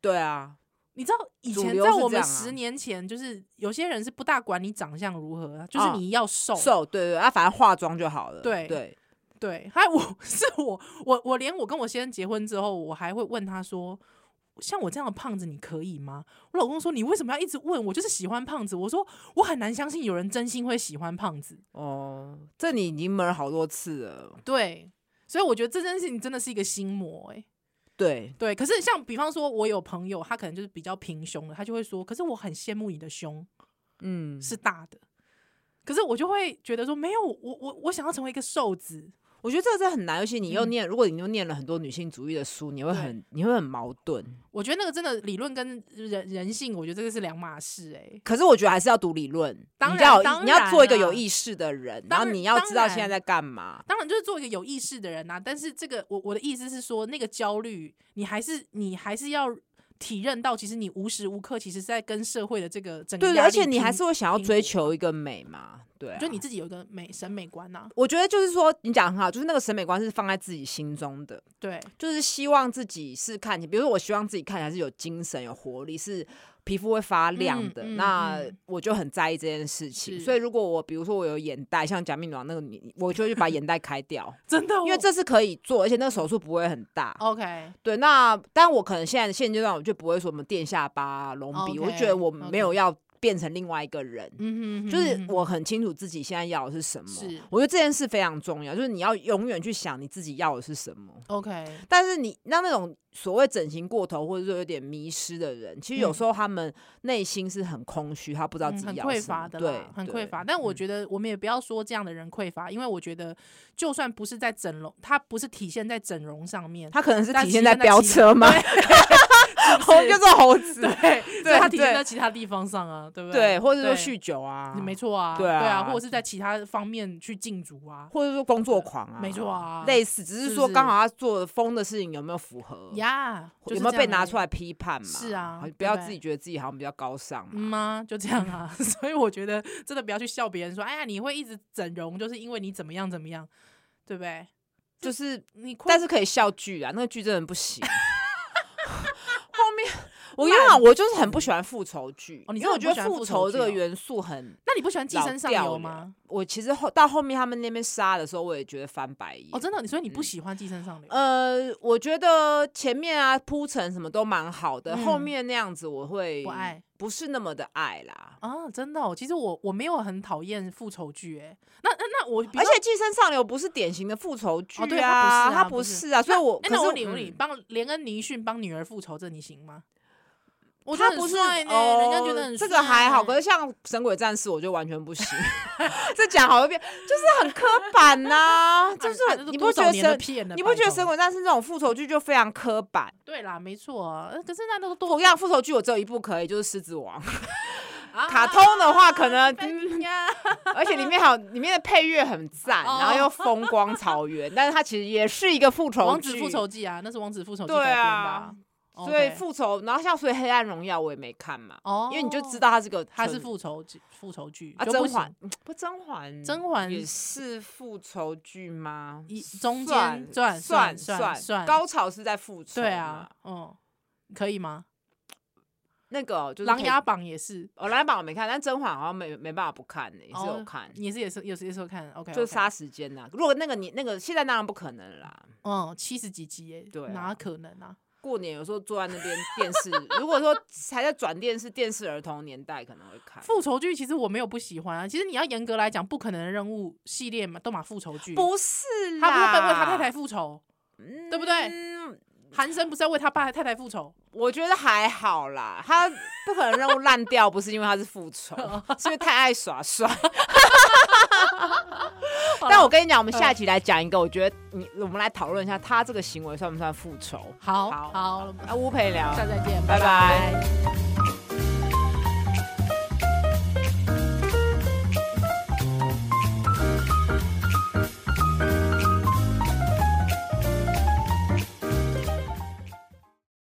[SPEAKER 2] 对啊，
[SPEAKER 1] 你知道以
[SPEAKER 2] 主
[SPEAKER 1] 前
[SPEAKER 2] 流
[SPEAKER 1] 在
[SPEAKER 2] 是
[SPEAKER 1] 我
[SPEAKER 2] 这
[SPEAKER 1] 们
[SPEAKER 2] 样啊
[SPEAKER 1] 十年前，就是有些人是不大管你长相如何，啊就是你要瘦。
[SPEAKER 2] 哦瘦，对对，啊，反正化妆就好了，
[SPEAKER 1] 对
[SPEAKER 2] 对，
[SPEAKER 1] 对，还有我 是我我我连我跟我先生结婚之后，我还会问他说。像我这样的胖子，你可以吗？我老公说：“你为什么要一直问我？就是喜欢胖子。”我说：“我很难相信有人真心会喜欢胖子。
[SPEAKER 2] 哦，这你已经闷好多次了”，
[SPEAKER 1] 对，所以我觉得这件事情真的是一个心魔、欸。
[SPEAKER 2] 对，
[SPEAKER 1] 对。可是像比方说，我有朋友，他可能就是比较平胸的，他就会说：“可是我很羡慕你的胸。”
[SPEAKER 2] 嗯，
[SPEAKER 1] 是大的。可是我就会觉得说，没有我我我想要成为一个瘦子，
[SPEAKER 2] 我觉得这个真的很难，尤其你又
[SPEAKER 1] 嗯
[SPEAKER 2] 念，如果你又念了很多女性主义的书，你会
[SPEAKER 1] 对
[SPEAKER 2] 很你会很矛盾。
[SPEAKER 1] 我觉得那个真的理论跟人人性，我觉得这个是两码事哎、
[SPEAKER 2] 可是我觉得还是要读理论，
[SPEAKER 1] 当
[SPEAKER 2] 你
[SPEAKER 1] 然
[SPEAKER 2] 要有
[SPEAKER 1] 当
[SPEAKER 2] 意你要做一个
[SPEAKER 1] 然啊
[SPEAKER 2] 有意识的人，
[SPEAKER 1] 当
[SPEAKER 2] 然后
[SPEAKER 1] 然
[SPEAKER 2] 你要知
[SPEAKER 1] 当
[SPEAKER 2] 道现在
[SPEAKER 1] 然
[SPEAKER 2] 在干嘛。
[SPEAKER 1] 当然就是做一个有意识的人呐、啊但是这个我我的意思是说，那个焦虑，你还是你还是要体认到，其实你无时无刻其实是在跟社会的这个整个
[SPEAKER 2] 对对，
[SPEAKER 1] 压力
[SPEAKER 2] 而且你还
[SPEAKER 1] 拼
[SPEAKER 2] 是会想要
[SPEAKER 1] 拼
[SPEAKER 2] 追
[SPEAKER 1] 搏
[SPEAKER 2] 求一个美嘛，对、啊，
[SPEAKER 1] 就你自己有一个美审美观啊呐、
[SPEAKER 2] 我觉得就是说，你讲得很好，就是那个审美观是放在自己心中的，
[SPEAKER 1] 对
[SPEAKER 2] 就是希望自己是看起，比如说我希望自己看起来是有精神、有活力，是皮肤会发亮的，
[SPEAKER 1] 嗯嗯
[SPEAKER 2] 那
[SPEAKER 1] 嗯
[SPEAKER 2] 我就很在意这件事情。
[SPEAKER 1] 是
[SPEAKER 2] 所以如果我比如说我有眼袋，像假面女郎那个女，我就去把眼袋开掉，
[SPEAKER 1] 真的 哦、
[SPEAKER 2] 因为这是可以做，而且那个手术不会很大。
[SPEAKER 1] OK 嗯
[SPEAKER 2] 对，那但我可能现在现阶段我就不会说什么垫下巴、啊隆鼻，我就觉得我
[SPEAKER 1] OK，OK
[SPEAKER 2] 没有要变成另外一个人。
[SPEAKER 1] 嗯哼
[SPEAKER 2] 就是
[SPEAKER 1] 哼哼
[SPEAKER 2] 我很清楚自己现在要的是什么，
[SPEAKER 1] 是
[SPEAKER 2] 我觉得这件事非常重要，就是你要永远去想你自己要的是什么。
[SPEAKER 1] OK
[SPEAKER 2] 但是你那那种所谓整形过头或者说有点迷失的人，其实有时候他们内心是很空虚，他不知道
[SPEAKER 1] 嗯、
[SPEAKER 2] 自己
[SPEAKER 1] 很
[SPEAKER 2] 要
[SPEAKER 1] 匮
[SPEAKER 2] 什么
[SPEAKER 1] 乏的
[SPEAKER 2] 对
[SPEAKER 1] 啦，，很
[SPEAKER 2] 对
[SPEAKER 1] 匮乏。但我
[SPEAKER 2] 嗯
[SPEAKER 1] 觉得我们也不要说这样的人匮乏，因为我觉得就算不是在整容，它不是体现在整容上面，
[SPEAKER 2] 他可能是
[SPEAKER 1] 但体
[SPEAKER 2] 体现
[SPEAKER 1] 现
[SPEAKER 2] 在
[SPEAKER 1] 在
[SPEAKER 2] 飙
[SPEAKER 1] 其
[SPEAKER 2] 车吗？猴就是猴子，
[SPEAKER 1] 对，所以
[SPEAKER 2] 对
[SPEAKER 1] 它体现
[SPEAKER 2] 对
[SPEAKER 1] 在其他地方上啊，对不
[SPEAKER 2] 对，
[SPEAKER 1] 对？
[SPEAKER 2] 或者说
[SPEAKER 1] 对
[SPEAKER 2] 酗酒啊，
[SPEAKER 1] 没错啊，
[SPEAKER 2] 对啊
[SPEAKER 1] 啊，或者是在其他方面去禁足啊，
[SPEAKER 2] 或者说工作狂啊，
[SPEAKER 1] 没错啊
[SPEAKER 2] 类似，只
[SPEAKER 1] 是
[SPEAKER 2] 是
[SPEAKER 1] 不
[SPEAKER 2] 说
[SPEAKER 1] 是
[SPEAKER 2] 刚好他做的疯的事情有没有符合，
[SPEAKER 1] 呀，
[SPEAKER 2] 或
[SPEAKER 1] 就是
[SPEAKER 2] 呃有没有
[SPEAKER 1] 这
[SPEAKER 2] 被
[SPEAKER 1] 样啊而
[SPEAKER 2] 拿
[SPEAKER 1] 已
[SPEAKER 2] 出来批判嘛？
[SPEAKER 1] 是啊
[SPEAKER 2] 好
[SPEAKER 1] 对
[SPEAKER 2] 不要
[SPEAKER 1] 不
[SPEAKER 2] 自己
[SPEAKER 1] 对
[SPEAKER 2] 觉得自己好像比较高尚
[SPEAKER 1] 嗯
[SPEAKER 2] 嘛。
[SPEAKER 1] 吗？就这样啊， 所以我觉得真的不要去笑别人说，哎呀，你会一直整容，就是因为你怎么样怎么样，对不对？
[SPEAKER 2] 就是，
[SPEAKER 1] 你哭
[SPEAKER 2] 但是可以笑剧啊，那个剧真的不 行。后面 我跟你讲，我就是很不喜欢复仇剧，
[SPEAKER 1] 哦你
[SPEAKER 2] 因
[SPEAKER 1] 真
[SPEAKER 2] 为
[SPEAKER 1] 的很不
[SPEAKER 2] 我觉得
[SPEAKER 1] 喜欢
[SPEAKER 2] 复
[SPEAKER 1] 复
[SPEAKER 2] 仇
[SPEAKER 1] 仇剧
[SPEAKER 2] 这个
[SPEAKER 1] 哦
[SPEAKER 2] 元素很。
[SPEAKER 1] 那你不喜欢寄
[SPEAKER 2] 老
[SPEAKER 1] 生上
[SPEAKER 2] 掉
[SPEAKER 1] 游
[SPEAKER 2] 了
[SPEAKER 1] 吗？
[SPEAKER 2] 我其实后到后面他们那边杀的时候，我也觉得翻白眼。
[SPEAKER 1] 哦，真的，你说你不
[SPEAKER 2] 嗯
[SPEAKER 1] 喜欢寄生上流，
[SPEAKER 2] 呃，我觉得前面啊铺陈什么都蛮好的，后
[SPEAKER 1] 嗯
[SPEAKER 2] 面那样子我会
[SPEAKER 1] 不爱，
[SPEAKER 2] 不是那么的爱啦。
[SPEAKER 1] 啊，真的、哦，其实我我没有很讨厌复仇剧，哎，那那那我比
[SPEAKER 2] 而
[SPEAKER 1] 较，
[SPEAKER 2] 且《寄生上流》不是典型的复仇剧
[SPEAKER 1] 哦，对，
[SPEAKER 2] 啊，
[SPEAKER 1] 他
[SPEAKER 2] 它
[SPEAKER 1] 不
[SPEAKER 2] 不
[SPEAKER 1] 是
[SPEAKER 2] 是啊，所以我
[SPEAKER 1] 哎
[SPEAKER 2] 可
[SPEAKER 1] 那
[SPEAKER 2] 是
[SPEAKER 1] 我问你，我问你，
[SPEAKER 2] 嗯
[SPEAKER 1] 帮连恩尼逊帮女儿复仇，这你行吗？我觉
[SPEAKER 2] 他
[SPEAKER 1] 得很
[SPEAKER 2] 不是
[SPEAKER 1] 帅呢，
[SPEAKER 2] 哦，
[SPEAKER 1] 人家觉得很
[SPEAKER 2] 这个还好，
[SPEAKER 1] 帅
[SPEAKER 2] 可是像《神鬼战士》，我就完全不行。 这讲好一遍，就是很刻 板呐、
[SPEAKER 1] 啊
[SPEAKER 2] 就是
[SPEAKER 1] 啊
[SPEAKER 2] 很
[SPEAKER 1] 这
[SPEAKER 2] 你
[SPEAKER 1] 多
[SPEAKER 2] 不
[SPEAKER 1] 少
[SPEAKER 2] 觉得
[SPEAKER 1] 年的
[SPEAKER 2] 神，
[SPEAKER 1] 骗了
[SPEAKER 2] 你不觉得《神
[SPEAKER 1] 拜托
[SPEAKER 2] 鬼战士》这种复仇剧就非常刻板？
[SPEAKER 1] 对啦，没错啊，呃可是那都多
[SPEAKER 2] 同样复仇剧我只有一部可以，就是《狮子王》，
[SPEAKER 1] 啊
[SPEAKER 2] 卡通的话可能嗯
[SPEAKER 1] 拜托呀
[SPEAKER 2] 而且里面还有里面的配乐很赞，
[SPEAKER 1] 哦
[SPEAKER 2] 然后又风光草原，但是它其实也是一个复仇剧，
[SPEAKER 1] 王子复仇记啊，那是王子复仇记
[SPEAKER 2] 对
[SPEAKER 1] 改编的
[SPEAKER 2] 啊
[SPEAKER 1] 啊、
[SPEAKER 2] 所以
[SPEAKER 1] OK
[SPEAKER 2] 复仇，然后像所以《黑暗荣耀》我也没看嘛，
[SPEAKER 1] 哦，
[SPEAKER 2] 因为你就知道它是个
[SPEAKER 1] 他
[SPEAKER 2] 纯
[SPEAKER 1] 是复仇记复仇剧
[SPEAKER 2] 啊，
[SPEAKER 1] 就
[SPEAKER 2] 甄
[SPEAKER 1] 不
[SPEAKER 2] 嬛
[SPEAKER 1] 行。
[SPEAKER 2] 嗯不甄嬛，
[SPEAKER 1] 甄嬛
[SPEAKER 2] 也是复仇剧吗？
[SPEAKER 1] 一中间
[SPEAKER 2] 算
[SPEAKER 1] 转
[SPEAKER 2] 算
[SPEAKER 1] 算算
[SPEAKER 2] 高潮是在复仇，
[SPEAKER 1] 对啊，，嗯，可以吗？
[SPEAKER 2] 那个哦就是
[SPEAKER 1] 琅
[SPEAKER 2] 可以
[SPEAKER 1] 琊榜也是，
[SPEAKER 2] 哦，琅琊榜我没看，但甄嬛好像没没办法不看呢，也是有
[SPEAKER 1] 哦
[SPEAKER 2] 看，
[SPEAKER 1] 也是也是有时也是有看，OK，
[SPEAKER 2] 就是杀时间呐。如果那个你那个现在当然不可能了啦，
[SPEAKER 1] 嗯七十几集耶，
[SPEAKER 2] 对啊
[SPEAKER 1] 哪可能啊？
[SPEAKER 2] 过年有时候坐在那边电视，如果说还在转电视，电视儿童年代可能会看。
[SPEAKER 1] 复仇剧其实我没有不喜欢啊，其实你要严格来讲，不可能的任务系列嘛，都嘛复仇剧，
[SPEAKER 2] 不是
[SPEAKER 1] 他
[SPEAKER 2] 啦，
[SPEAKER 1] 不是被为他太太复仇，
[SPEAKER 2] 嗯，
[SPEAKER 1] 对不对韩生不是要为他爸太太复仇，
[SPEAKER 2] 我觉得还好啦，他不可能任务烂掉，不是因为他是复仇，是因为太爱耍帅。但我跟你讲，我们下一集来讲一个，我觉得你我们来讨论一下，他这个行为算不算复仇？
[SPEAKER 1] 好
[SPEAKER 2] 好
[SPEAKER 1] 好，
[SPEAKER 2] 啊，乌佩聊，
[SPEAKER 1] 下次再见，拜
[SPEAKER 2] 拜拜
[SPEAKER 1] 拜